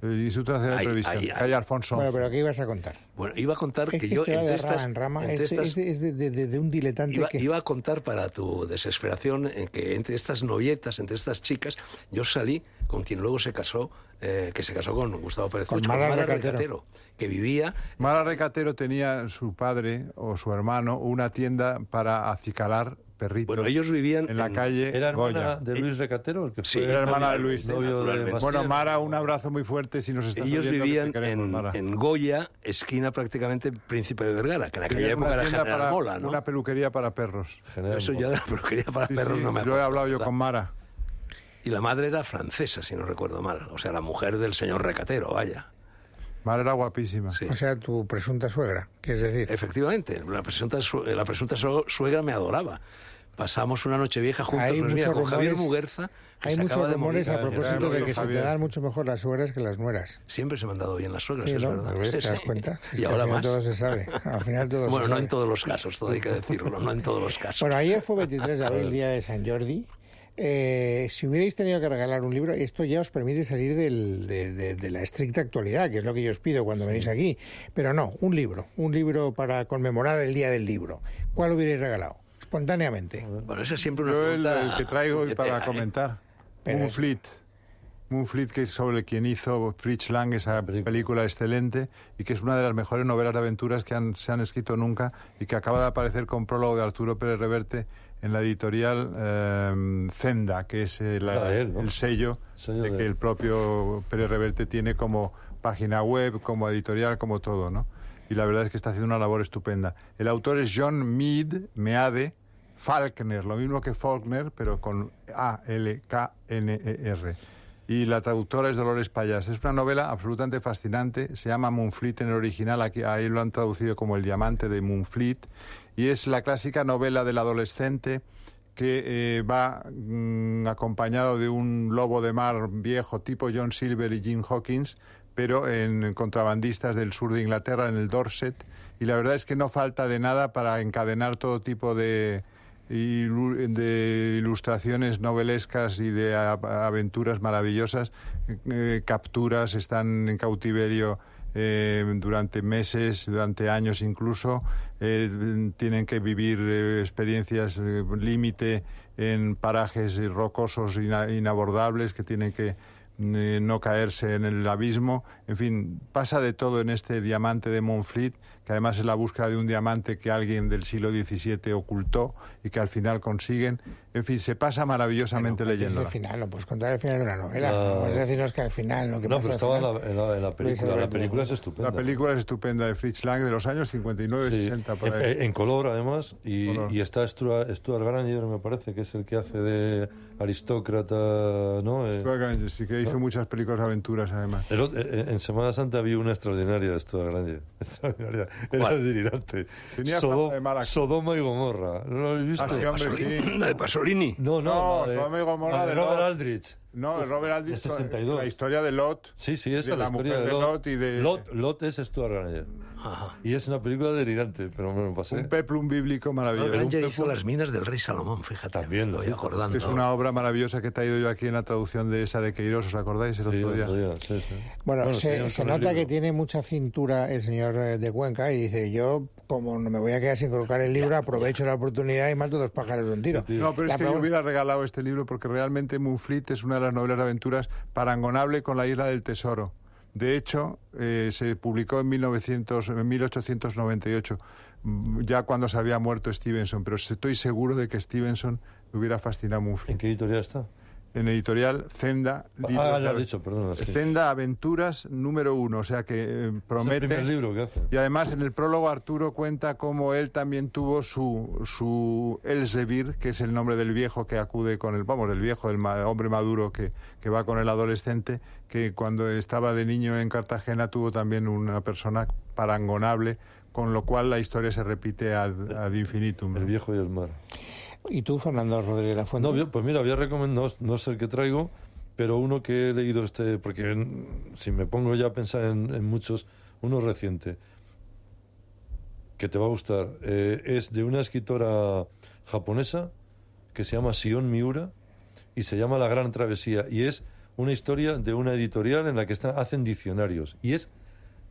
[SPEAKER 3] El Instituto Nacional de
[SPEAKER 2] Ah. Ahí,
[SPEAKER 3] Previsión,
[SPEAKER 2] ahí, ahí.
[SPEAKER 3] calle Alfonso.
[SPEAKER 1] bueno pero qué ibas a contar
[SPEAKER 2] Bueno, iba a contar
[SPEAKER 1] es
[SPEAKER 2] que
[SPEAKER 1] que
[SPEAKER 2] yo
[SPEAKER 1] este va
[SPEAKER 2] entre
[SPEAKER 1] de rama
[SPEAKER 2] estas,
[SPEAKER 1] en rama
[SPEAKER 2] entre
[SPEAKER 1] este-
[SPEAKER 2] estas-
[SPEAKER 1] este es de, de- de- de un diletante
[SPEAKER 2] Iba,
[SPEAKER 1] que
[SPEAKER 2] iba a contar para tu desesperación en que entre estas novietas, entre estas chicas, yo salí con quien luego se casó, eh, que se casó con Gustavo Pérez
[SPEAKER 1] Con
[SPEAKER 2] Puig,
[SPEAKER 1] Mara Recatero.
[SPEAKER 2] Recatero. que vivía
[SPEAKER 3] Mara Recatero tenía su padre o su hermano una tienda para acicalar perritos
[SPEAKER 2] Bueno, ellos vivían
[SPEAKER 3] en la
[SPEAKER 2] en-
[SPEAKER 3] calle
[SPEAKER 4] ¿Era
[SPEAKER 3] Goya.
[SPEAKER 4] hermana de Luis Recatero? El que
[SPEAKER 2] Sí,
[SPEAKER 4] fue
[SPEAKER 3] era hermana de Luis.
[SPEAKER 4] novio de
[SPEAKER 2] Naturalmente.
[SPEAKER 4] Bastida?
[SPEAKER 3] Bueno, Mara, un abrazo muy fuerte si nos estás
[SPEAKER 2] Ellos
[SPEAKER 3] oyendo, que te
[SPEAKER 2] vivían
[SPEAKER 3] queremos,
[SPEAKER 2] en,
[SPEAKER 3] Mara.
[SPEAKER 2] en Goya, esquina prácticamente Príncipe de Vergara, que en aquella
[SPEAKER 3] Tenían
[SPEAKER 2] época
[SPEAKER 3] una
[SPEAKER 2] era
[SPEAKER 3] tienda
[SPEAKER 2] General
[SPEAKER 3] para
[SPEAKER 2] Mola, ¿no?
[SPEAKER 3] una peluquería para perros.
[SPEAKER 4] General
[SPEAKER 2] Eso
[SPEAKER 4] Mola.
[SPEAKER 2] ya de la peluquería para
[SPEAKER 3] Sí,
[SPEAKER 2] perros
[SPEAKER 3] sí,
[SPEAKER 2] no me acuerdo.
[SPEAKER 3] lo he hablado yo con Mara.
[SPEAKER 2] Y la madre era francesa, si no recuerdo mal. O sea, la mujer del señor Recatero, vaya.
[SPEAKER 3] Mara era guapísima.
[SPEAKER 2] Sí.
[SPEAKER 1] o sea tu presunta suegra quieres decir
[SPEAKER 2] Efectivamente, la presunta, su- eh, la presunta su- suegra me adoraba. Pasamos una noche vieja juntos
[SPEAKER 1] Hay
[SPEAKER 2] pues mira,
[SPEAKER 1] muchos
[SPEAKER 2] con Javier
[SPEAKER 1] rumores-
[SPEAKER 2] Muguerza. que
[SPEAKER 1] hay
[SPEAKER 2] se acaba
[SPEAKER 1] muchos
[SPEAKER 2] de
[SPEAKER 1] rumores a
[SPEAKER 2] morir.
[SPEAKER 1] propósito
[SPEAKER 3] Claro,
[SPEAKER 1] de que se te
[SPEAKER 3] Javier.
[SPEAKER 1] dan mucho mejor las suegras que las nueras
[SPEAKER 2] Siempre se me han dado bien las suegras,
[SPEAKER 1] Sí,
[SPEAKER 2] es
[SPEAKER 1] ¿no?
[SPEAKER 2] verdad.
[SPEAKER 1] Al revés,
[SPEAKER 2] Sí,
[SPEAKER 1] ¿Te das
[SPEAKER 2] sí.
[SPEAKER 1] cuenta? Sí,
[SPEAKER 2] Y
[SPEAKER 1] que
[SPEAKER 2] ahora
[SPEAKER 1] al final
[SPEAKER 2] más.
[SPEAKER 1] todo se sabe. Al final todo
[SPEAKER 2] Bueno,
[SPEAKER 1] se
[SPEAKER 2] no
[SPEAKER 1] sabe.
[SPEAKER 2] en todos los casos, todo hay que decirlo, no en todos los casos.
[SPEAKER 1] Bueno, ayer fue 23 de abril, día de San Jordi. Eh, si hubierais tenido que regalar un libro, esto ya os permite salir del- de, de- de la estricta actualidad, que es lo que yo os pido cuando venís aquí. Pero no, un libro, un libro para conmemorar el día del libro. ¿Cuál hubierais regalado? Espontáneamente.
[SPEAKER 2] Bueno, esa es siempre una
[SPEAKER 3] Yo el,
[SPEAKER 2] pregunta...
[SPEAKER 3] el que traigo hoy para
[SPEAKER 2] eh,
[SPEAKER 3] comentar.
[SPEAKER 1] Pero-
[SPEAKER 3] Moonfleet. Moonfleet, que es sobre quien hizo Fritz Lang esa película excelente y que es una de las mejores novelas de aventuras que han- se han escrito nunca y que acaba de aparecer con prólogo de Arturo Pérez Reverte en la editorial eh, Zenda, que es eh, la-
[SPEAKER 4] Ah, él, ¿no?
[SPEAKER 3] el sello
[SPEAKER 4] Sello
[SPEAKER 3] de
[SPEAKER 4] de-
[SPEAKER 3] que el propio Pérez Reverte tiene como página web, como editorial, como todo, ¿no? Y la verdad es que está haciendo una labor estupenda. El autor es John Mead, Meade Faulkner, lo mismo que Faulkner, pero con A-L-K-N-E-R. E Y la traductora es Dolores Payas. Es una novela absolutamente fascinante. Se llama Moonfleet en el original. Aquí, ahí lo han traducido como El diamante de Moonfleet. Y es la clásica novela del adolescente que eh, va mm, acompañado de un lobo de mar viejo tipo John Silver y Jim Hawkins, pero en contrabandistas del sur de Inglaterra, en el Dorset. Y la verdad es que no falta de nada para encadenar todo tipo de, ilu- de ilustraciones novelescas y de a- aventuras maravillosas. Eh, capturas, están en cautiverio eh, durante meses, durante años incluso, eh, tienen que vivir eh, experiencias eh, límite en parajes eh, rocosos ina- inabordables que tienen que eh, no caerse en el abismo. En fin, pasa de todo en este diamante de Montfleet, que además es la búsqueda de un diamante que alguien del siglo XVII ocultó y que al final consiguen. En fin, se pasa maravillosamente
[SPEAKER 1] Pero cuentes
[SPEAKER 3] leyendo.
[SPEAKER 1] el final, no puedes contar el final de una novela.
[SPEAKER 4] No.
[SPEAKER 1] No puedes decirnos que al final lo que
[SPEAKER 4] No,
[SPEAKER 1] pasa
[SPEAKER 4] pero
[SPEAKER 1] al
[SPEAKER 4] estaba en la,
[SPEAKER 1] final.
[SPEAKER 4] en la- en la película. La
[SPEAKER 1] Alberto.
[SPEAKER 4] película es estupenda.
[SPEAKER 3] La película es estupenda de Fritz Lang de los años 59
[SPEAKER 4] Sí, Eh,
[SPEAKER 3] 60 por ahí.
[SPEAKER 4] en, en color, además, y,
[SPEAKER 3] Color.
[SPEAKER 4] y está Stuart, Stuart Granger, me parece, que es el que hace de aristócrata, ¿no? Eh,
[SPEAKER 3] Stuart Granger, sí, que hizo muchas películas de aventuras además.
[SPEAKER 4] el otro- eh, en Semana Santa vi una extraordinaria de Stuart Granger. Extraordinaria. Era delirante.
[SPEAKER 3] Tenía fama de mala-
[SPEAKER 4] Sodoma y Gomorra. ¿No lo habéis visto?
[SPEAKER 3] Ah, sí, hombre,
[SPEAKER 2] Pasolini,
[SPEAKER 3] sí.
[SPEAKER 2] La de Pasolini.
[SPEAKER 4] No, no.
[SPEAKER 3] No,
[SPEAKER 4] la de-
[SPEAKER 3] Sodoma y Gomorra
[SPEAKER 4] la
[SPEAKER 3] de
[SPEAKER 4] Robert
[SPEAKER 3] Lot.
[SPEAKER 4] Aldrich.
[SPEAKER 3] No, Robert Aldrich,
[SPEAKER 4] De 62.
[SPEAKER 3] la historia de Lot.
[SPEAKER 4] Sí, sí, esa
[SPEAKER 3] de
[SPEAKER 4] es la,
[SPEAKER 3] la mujer
[SPEAKER 4] historia
[SPEAKER 3] de
[SPEAKER 4] de Lot.
[SPEAKER 3] Lot y de-
[SPEAKER 4] Lot, Lot es Stuart Granger. Y es una película delirante, pero me lo pasé.
[SPEAKER 3] Un peplum bíblico maravilloso.
[SPEAKER 2] Granger hizo las minas del rey Salomón, fíjate.
[SPEAKER 4] También
[SPEAKER 2] me
[SPEAKER 4] lo
[SPEAKER 2] estoy
[SPEAKER 4] hizo.
[SPEAKER 2] acordando.
[SPEAKER 3] Es una obra maravillosa que he traído yo aquí en la traducción de esa de Queiroz, ¿os acordáis? El
[SPEAKER 4] Sí,
[SPEAKER 3] otro día.
[SPEAKER 4] otro día, sí, sí.
[SPEAKER 1] Bueno,
[SPEAKER 4] Bueno, sí,
[SPEAKER 1] se,
[SPEAKER 4] no
[SPEAKER 1] se
[SPEAKER 4] solo el
[SPEAKER 1] nota que
[SPEAKER 4] libro.
[SPEAKER 1] tiene mucha cintura el señor eh, de Cuenca y dice, yo como no me voy a quedar sin colocar el libro, aprovecho la oportunidad y mato dos pájaros de un tiro.
[SPEAKER 3] No, pero es
[SPEAKER 1] La
[SPEAKER 3] que yo
[SPEAKER 1] pregunta-
[SPEAKER 3] hubiera regalado este libro porque realmente Moonfleet es una de las novelas de aventuras parangonable con la Isla del Tesoro. De hecho, eh, se publicó en, 1900, en 1898, mm, ya cuando se había muerto Stevenson, pero estoy seguro de que Stevenson le hubiera fascinado
[SPEAKER 4] ¿En
[SPEAKER 3] Moonfleet.
[SPEAKER 4] qué editorial está?
[SPEAKER 3] En editorial Zenda, libros
[SPEAKER 4] ah,
[SPEAKER 3] de
[SPEAKER 4] ya lo
[SPEAKER 3] aven-
[SPEAKER 4] he dicho, perdona. sí.
[SPEAKER 3] Zenda Aventuras número uno, o sea que eh,
[SPEAKER 4] Es el
[SPEAKER 3] promete...
[SPEAKER 4] primer libro que hace.
[SPEAKER 3] Y además en el prólogo Arturo cuenta cómo él también tuvo su, su Elzevir, que es el nombre del viejo que acude con el, vamos, el viejo, el ma- hombre maduro que, que va con el adolescente, que cuando estaba de niño en Cartagena tuvo también una persona parangonable, con lo cual la historia se repite ad, ad infinitum.
[SPEAKER 4] El viejo y el mar.
[SPEAKER 1] ¿Y tú, Fernando Rodríguez La Fuente?
[SPEAKER 4] No, yo- pues mira, voy a recomendar, no, no sé el que traigo, pero uno que he leído este, porque en- si me pongo ya a pensar en, en muchos, uno reciente, que te va a gustar, eh, es de una escritora japonesa que se llama Sion Miura y se llama La Gran Travesía y es una historia de una editorial en la que están, hacen diccionarios y es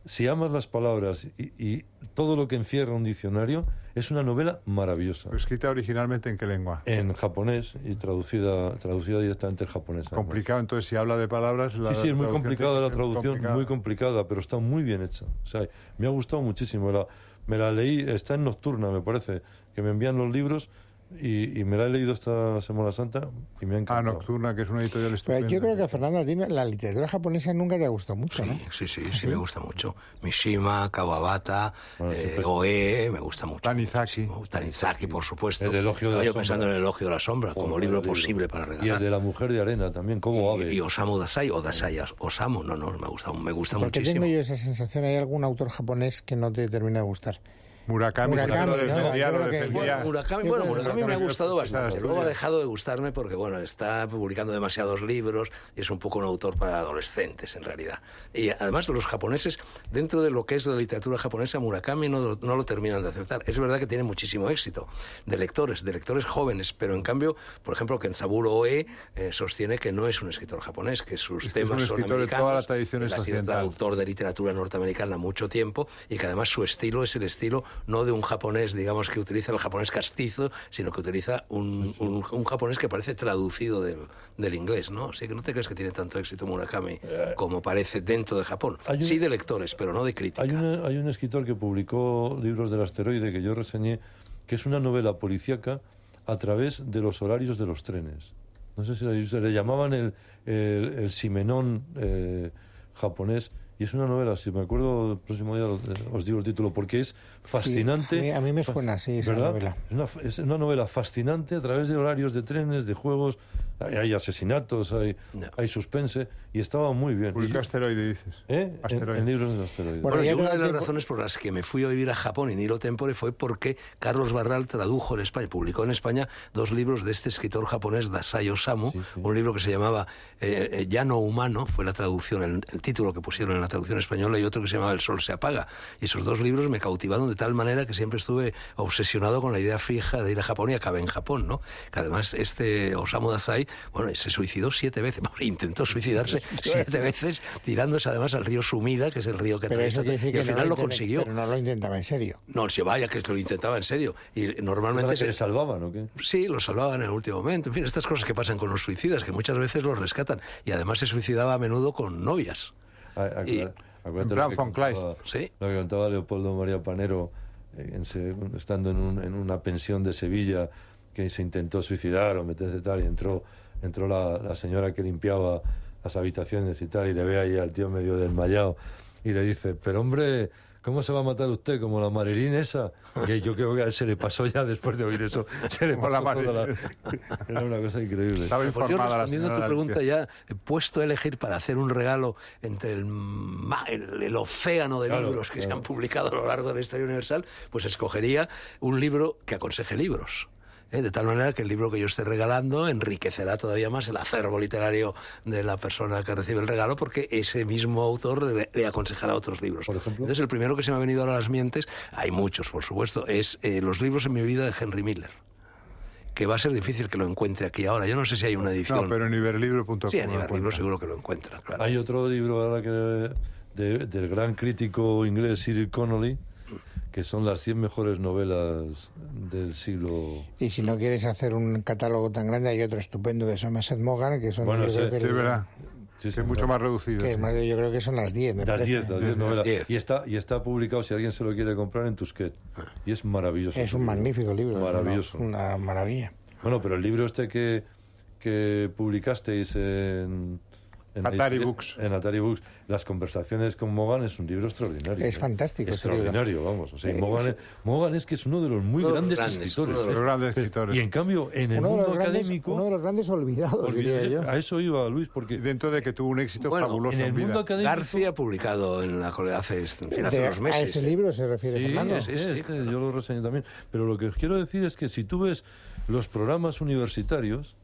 [SPEAKER 4] si amas las palabras y, y todo lo que encierra un diccionario es una novela maravillosa
[SPEAKER 3] Escrita originalmente en qué lengua?
[SPEAKER 4] en japonés y traducida traducida directamente al japonés. además.
[SPEAKER 3] Complicado, entonces si habla de palabras... la
[SPEAKER 4] Sí, sí, es muy
[SPEAKER 3] traducción
[SPEAKER 4] complicada
[SPEAKER 3] tiene que
[SPEAKER 4] la
[SPEAKER 3] ser
[SPEAKER 4] traducción,
[SPEAKER 3] complicada.
[SPEAKER 4] muy complicada, pero está muy bien hecha. O sea, me ha gustado muchísimo. La- me la leí, está en nocturna, me parece, que me envían los libros y, y me la he leído esta Semana Santa y me ha
[SPEAKER 3] Ah,
[SPEAKER 4] encantado.
[SPEAKER 3] Nocturna, que es una editorial
[SPEAKER 1] Pero
[SPEAKER 3] estupenda.
[SPEAKER 1] Pues yo creo que, Fernando, a ti la literatura japonesa nunca te ha gustado mucho, ¿no?
[SPEAKER 2] Sí, sí, sí, sí, me gusta mucho. Mishima, Kawabata,
[SPEAKER 4] Bueno,
[SPEAKER 2] eh,
[SPEAKER 3] pues.
[SPEAKER 4] siempre es-
[SPEAKER 2] Goe, me gusta mucho.
[SPEAKER 3] Tanizaki.
[SPEAKER 2] Me gusta Tanizaki, por supuesto.
[SPEAKER 4] El elogio de
[SPEAKER 2] Estaba
[SPEAKER 4] la
[SPEAKER 2] yo
[SPEAKER 4] sombra.
[SPEAKER 2] pensando en el elogio de la sombra como
[SPEAKER 4] Joder,
[SPEAKER 2] libro
[SPEAKER 4] el libro.
[SPEAKER 2] posible para
[SPEAKER 4] Y el
[SPEAKER 2] regalar.
[SPEAKER 4] de la mujer de arena también, como ave.
[SPEAKER 2] Y, y Osamu Dasai o Dasai Osamu, no, no, me gusta, me gusta
[SPEAKER 1] Porque
[SPEAKER 2] muchísimo.
[SPEAKER 1] tengo yo esa sensación, hay algún autor japonés que no te termina de gustar.
[SPEAKER 3] Murakami, siempre
[SPEAKER 1] Murakami,
[SPEAKER 3] lo
[SPEAKER 1] ¿no?
[SPEAKER 3] defendía,
[SPEAKER 1] Yo
[SPEAKER 3] lo
[SPEAKER 1] creo que-
[SPEAKER 3] defendía.
[SPEAKER 2] Bueno, Murakami,
[SPEAKER 1] Yo
[SPEAKER 2] bueno,
[SPEAKER 1] creo que
[SPEAKER 2] Murakami me ha
[SPEAKER 3] Murakami
[SPEAKER 2] gustado
[SPEAKER 3] es una
[SPEAKER 2] bastante. Luego ha
[SPEAKER 3] estrella.
[SPEAKER 2] dejado de gustarme porque, bueno, está publicando demasiados libros y es un poco un autor para adolescentes, en realidad. Y además, los japoneses, dentro de lo que es la literatura japonesa, Murakami no, lo- no lo terminan de aceptar. Es verdad que tiene muchísimo éxito de lectores, de lectores jóvenes, pero en cambio, por ejemplo, Kensaburo Oe eh, sostiene que no es un escritor japonés, que sus
[SPEAKER 3] Es que es
[SPEAKER 2] temas
[SPEAKER 3] un
[SPEAKER 2] son
[SPEAKER 3] escritor de
[SPEAKER 2] americanos.
[SPEAKER 3] toda la tradición
[SPEAKER 2] él ha sido
[SPEAKER 3] occidental.
[SPEAKER 2] traductor autor de literatura norteamericana mucho tiempo y que además su estilo es el estilo no de un japonés, digamos, que utiliza el japonés castizo, sino que utiliza un, un- un japonés que parece traducido del, del inglés, ¿no? Así que no te crees que tiene tanto éxito Murakami como parece dentro de Japón.
[SPEAKER 4] Eh. hay un-
[SPEAKER 2] Sí de lectores, pero no de crítica.
[SPEAKER 4] Hay, una- hay un escritor que publicó libros del asteroide que yo reseñé, que es una novela policíaca a través de los horarios de los trenes. No sé si lo habéis visto, le llamaban el, el, el Simenón eh, japonés. Y es una novela, si me acuerdo, el próximo día os- eh, os digo el título, porque es fascinante.
[SPEAKER 1] a mí- a mí me suena, sí, esa
[SPEAKER 4] ¿verdad?
[SPEAKER 1] novela.
[SPEAKER 4] Es una, es una novela fascinante a través de horarios de trenes, de juegos. Hay, hay asesinatos, hay,
[SPEAKER 2] Ya.
[SPEAKER 4] hay suspense, y estaba muy bien. Y
[SPEAKER 3] Publicó
[SPEAKER 4] yo-
[SPEAKER 3] asteroide, dices.
[SPEAKER 4] ¿eh? En,
[SPEAKER 3] Asteroide.
[SPEAKER 4] en libros del asteroide.
[SPEAKER 1] Bueno,
[SPEAKER 2] Bueno,
[SPEAKER 1] ya
[SPEAKER 2] y
[SPEAKER 1] te
[SPEAKER 2] una
[SPEAKER 1] da
[SPEAKER 2] de las
[SPEAKER 1] tiempo.
[SPEAKER 2] razones por las que me fui a vivir a Japón en Hilo Tempore fue porque Carlos Barral tradujo en España, publicó en España dos libros de este escritor japonés, Dasai Osamu,
[SPEAKER 4] Sí, sí.
[SPEAKER 2] un libro que se llamaba eh, eh, Ya no humano, fue la traducción, el, el título que pusieron en la la traducción española y otro que se llamaba El sol se apaga. Y esos dos libros me cautivaron de tal manera que siempre estuve obsesionado con la idea fija de ir a Japón y acabé en Japón, ¿no? Que además este Osamu Dazai, bueno, se suicidó siete veces, bueno, intentó suicidarse siete veces, tirándose además al río Sumida, que es el río que
[SPEAKER 1] Pero eso
[SPEAKER 2] atraviesa-
[SPEAKER 1] quiere decir
[SPEAKER 2] y
[SPEAKER 1] que
[SPEAKER 2] al
[SPEAKER 1] no
[SPEAKER 2] final lo
[SPEAKER 1] intenta-
[SPEAKER 2] consiguió.
[SPEAKER 1] Pero no lo intentaba en serio.
[SPEAKER 2] No, se vaya, que es que lo intentaba en serio. Y normalmente...
[SPEAKER 4] que se
[SPEAKER 2] se-
[SPEAKER 4] le salvaban o qué?
[SPEAKER 2] Sí, lo salvaban en el último momento. En fin, estas cosas que pasan con los suicidas, que muchas veces los rescatan. Y además se suicidaba a menudo con novias.
[SPEAKER 4] A- acu-
[SPEAKER 2] Y-
[SPEAKER 4] acuérdate
[SPEAKER 3] en
[SPEAKER 4] lo
[SPEAKER 3] plan
[SPEAKER 4] que
[SPEAKER 3] von Kleist.
[SPEAKER 4] contaba-
[SPEAKER 2] Sí.
[SPEAKER 4] Lo que contaba Leopoldo María Panero, eh, en se- estando en, un- en una pensión de Sevilla, que se intentó suicidar o meterse tal, y entró, entró la, la señora que limpiaba las habitaciones y tal, y le ve ahí al tío medio desmayado, y le dice, pero hombre... ¿Cómo se va a matar usted? ¿Como la marilín esa? Y yo creo que a él se le pasó ya después de oír eso. Se le
[SPEAKER 3] Como
[SPEAKER 4] pasó
[SPEAKER 3] la
[SPEAKER 4] toda la...
[SPEAKER 3] Marilyn.
[SPEAKER 4] Era una cosa increíble.
[SPEAKER 3] Estaba
[SPEAKER 2] Pues yo
[SPEAKER 3] informada la
[SPEAKER 2] respondiendo a
[SPEAKER 3] señora
[SPEAKER 2] tu pregunta
[SPEAKER 3] Alpia.
[SPEAKER 2] ya, he puesto a elegir para hacer un regalo entre el, ma- el- el océano de
[SPEAKER 4] Claro,
[SPEAKER 2] libros que se
[SPEAKER 4] claro.
[SPEAKER 2] han publicado a lo largo de la historia universal, pues escogería un libro que aconseje libros. ¿eh? De tal manera que el libro que yo esté regalando enriquecerá todavía más el acervo literario de la persona que recibe el regalo, porque ese mismo autor le, le aconsejará otros libros.
[SPEAKER 4] Por ejemplo.
[SPEAKER 2] Entonces, el primero que se me ha venido ahora a las mientes, hay muchos, por supuesto, es eh, los libros en mi vida de Henry Miller que va a ser difícil que lo encuentre aquí ahora. Yo no sé si hay una edición.
[SPEAKER 3] No, pero en iberlibro.com.
[SPEAKER 2] Sí, en
[SPEAKER 3] lo
[SPEAKER 2] Iberlibro
[SPEAKER 3] encuentras.
[SPEAKER 2] seguro que lo encuentra, claro.
[SPEAKER 4] Hay otro libro ahora que de- del gran crítico inglés Cyril Connolly, que son las 100 mejores novelas del siglo.
[SPEAKER 1] Y si no quieres hacer un catálogo tan grande, hay otro estupendo de Somerset Maugham, que son
[SPEAKER 4] Bueno,
[SPEAKER 1] yo
[SPEAKER 4] sí,
[SPEAKER 1] creo que,
[SPEAKER 3] Sí,
[SPEAKER 1] el-
[SPEAKER 3] verdad.
[SPEAKER 4] Sí,
[SPEAKER 3] Que
[SPEAKER 4] sí,
[SPEAKER 3] es mucho
[SPEAKER 4] la-
[SPEAKER 3] más reducido.
[SPEAKER 1] que es
[SPEAKER 3] sí.
[SPEAKER 1] más, yo creo que son las 10, me
[SPEAKER 4] Las
[SPEAKER 1] parece.
[SPEAKER 4] 10, las 10 novelas.
[SPEAKER 2] Diez.
[SPEAKER 4] Y está, y está publicado, si alguien se lo quiere comprar, en Tusquet. Y es maravilloso.
[SPEAKER 1] Es
[SPEAKER 4] ese
[SPEAKER 1] un
[SPEAKER 4] libro.
[SPEAKER 1] magnífico libro.
[SPEAKER 4] Maravilloso.
[SPEAKER 1] Una, una maravilla.
[SPEAKER 4] Bueno, pero el libro este que, que publicasteis en. en
[SPEAKER 3] Atari Books.
[SPEAKER 4] En Atari Books. Las conversaciones con Mogan es un libro extraordinario.
[SPEAKER 1] Es fantástico este libro.
[SPEAKER 4] Extraordinario, vamos. O sea,
[SPEAKER 1] Eh,
[SPEAKER 4] Mogan, es, Mogan es que es uno de los muy
[SPEAKER 2] Uno de los
[SPEAKER 4] grandes,
[SPEAKER 2] grandes,
[SPEAKER 4] escritores.
[SPEAKER 2] uno de
[SPEAKER 3] Los grandes escritores.
[SPEAKER 4] Y en cambio, en el
[SPEAKER 1] uno, de
[SPEAKER 4] mundo
[SPEAKER 1] los grandes,
[SPEAKER 4] académico.
[SPEAKER 1] uno de los grandes olvidados, diría
[SPEAKER 4] olvídate,
[SPEAKER 1] yo.
[SPEAKER 4] A eso iba Luis, porque
[SPEAKER 3] Dentro de que tuvo un éxito
[SPEAKER 2] Bueno,
[SPEAKER 3] fabuloso
[SPEAKER 4] en
[SPEAKER 3] en,
[SPEAKER 4] el
[SPEAKER 3] vida.
[SPEAKER 4] mundo académico.
[SPEAKER 2] García publicado en la colega hace, hace
[SPEAKER 1] De-
[SPEAKER 2] unos meses. ¿eh?
[SPEAKER 1] a ese libro se refiere
[SPEAKER 4] ¿eh? Sí,
[SPEAKER 1] Fernando.
[SPEAKER 4] es- es-
[SPEAKER 2] sí, sí,
[SPEAKER 4] es- yo lo reseñé también. Pero lo que os quiero decir es que si tú ves los programas universitarios,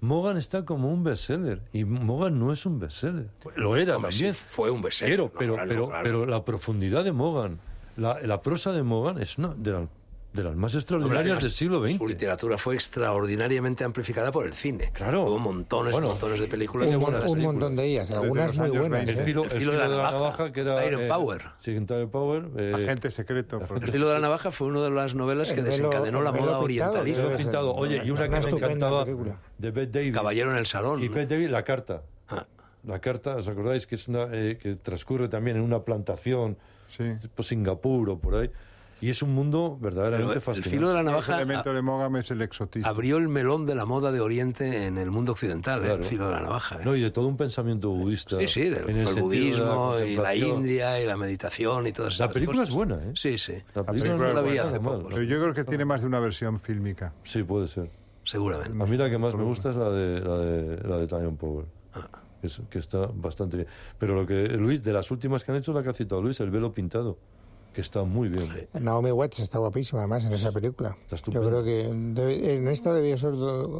[SPEAKER 4] Mogan está como un bestseller. Y Mogan no es un bestseller. Lo era
[SPEAKER 2] Hombre,
[SPEAKER 4] también.
[SPEAKER 2] sí, fue un bestseller,
[SPEAKER 4] Pero, pero,
[SPEAKER 2] claro,
[SPEAKER 4] pero,
[SPEAKER 2] claro.
[SPEAKER 4] pero la profundidad de Mogan, la, la prosa de Mogan es una de, la- de las más
[SPEAKER 2] Hombre,
[SPEAKER 4] extraordinarias
[SPEAKER 2] además,
[SPEAKER 4] del siglo XX.
[SPEAKER 2] Su literatura fue extraordinariamente amplificada por el cine.
[SPEAKER 4] Claro.
[SPEAKER 2] Hubo montones,
[SPEAKER 4] Bueno,
[SPEAKER 2] montones de películas.
[SPEAKER 4] un
[SPEAKER 2] y
[SPEAKER 1] un,
[SPEAKER 4] buenas
[SPEAKER 1] mon- un
[SPEAKER 2] películas.
[SPEAKER 1] montón de ellas, algunas
[SPEAKER 3] los
[SPEAKER 1] muy
[SPEAKER 3] años
[SPEAKER 1] buenas.
[SPEAKER 3] 20.
[SPEAKER 4] el
[SPEAKER 1] ¿eh?
[SPEAKER 4] filo, el filo de la, navaja, que era.
[SPEAKER 2] Iron
[SPEAKER 4] eh,
[SPEAKER 2] Power.
[SPEAKER 4] sí, Iron Power. eh,
[SPEAKER 3] Agente secreto. por
[SPEAKER 2] El estilo de la navaja fue una de las novelas
[SPEAKER 1] El
[SPEAKER 2] que
[SPEAKER 1] velo-
[SPEAKER 2] desencadenó
[SPEAKER 1] el
[SPEAKER 2] la
[SPEAKER 1] velo
[SPEAKER 2] moda
[SPEAKER 1] pintado,
[SPEAKER 2] orientalista.
[SPEAKER 1] debe
[SPEAKER 4] Yo
[SPEAKER 1] ser
[SPEAKER 4] pintado.
[SPEAKER 1] una-
[SPEAKER 4] Oye, y una,
[SPEAKER 1] una
[SPEAKER 4] que me
[SPEAKER 1] estupenda
[SPEAKER 4] encantaba
[SPEAKER 1] película.
[SPEAKER 4] de Bette Davis.
[SPEAKER 2] Caballero en el salón.
[SPEAKER 4] Y Bette Davis, La Carta.
[SPEAKER 2] Ah.
[SPEAKER 4] La Carta, ¿os acordáis? Que, es una, eh, que transcurre también en una plantación,
[SPEAKER 3] Sí.
[SPEAKER 4] tipo Singapur o por ahí. Y es un mundo
[SPEAKER 2] Pero
[SPEAKER 4] verdaderamente
[SPEAKER 2] el
[SPEAKER 4] fascinante.
[SPEAKER 2] filo de la
[SPEAKER 3] El
[SPEAKER 2] navaja
[SPEAKER 3] elemento de Mogam es el exotismo.
[SPEAKER 2] abrió el melón de la moda de Oriente en el mundo occidental, ¿eh?
[SPEAKER 4] Claro.
[SPEAKER 2] el filo de la navaja. ¿eh?
[SPEAKER 4] No, y de todo un pensamiento budista.
[SPEAKER 2] Sí, sí, del
[SPEAKER 4] en
[SPEAKER 2] el
[SPEAKER 4] sentido de
[SPEAKER 2] budismo y la
[SPEAKER 4] contemplación.
[SPEAKER 2] India y la meditación y todas
[SPEAKER 4] La
[SPEAKER 2] esas
[SPEAKER 4] película
[SPEAKER 2] cosas.
[SPEAKER 4] es buena, ¿eh?
[SPEAKER 2] Sí, sí,
[SPEAKER 3] película
[SPEAKER 4] La película no
[SPEAKER 3] es
[SPEAKER 4] es
[SPEAKER 3] buena.
[SPEAKER 2] La vi hace
[SPEAKER 4] nada mal.
[SPEAKER 2] poco,
[SPEAKER 3] Pero yo creo que tiene más de una versión fílmica.
[SPEAKER 4] Sí, puede ser.
[SPEAKER 2] seguramente.
[SPEAKER 4] A mí la que más me gusta es la de, la de, la de Tyrone Power.
[SPEAKER 2] Ah.
[SPEAKER 4] Que, es- que está bastante bien. Pero lo que, Luis, de las últimas que han hecho, la que ha citado Luis, el velo pintado, que está muy bien.
[SPEAKER 1] Naomi Watts está guapísima además en esa película.
[SPEAKER 4] Está
[SPEAKER 1] Yo
[SPEAKER 4] estupenda.
[SPEAKER 1] creo que debe- en esta debió ser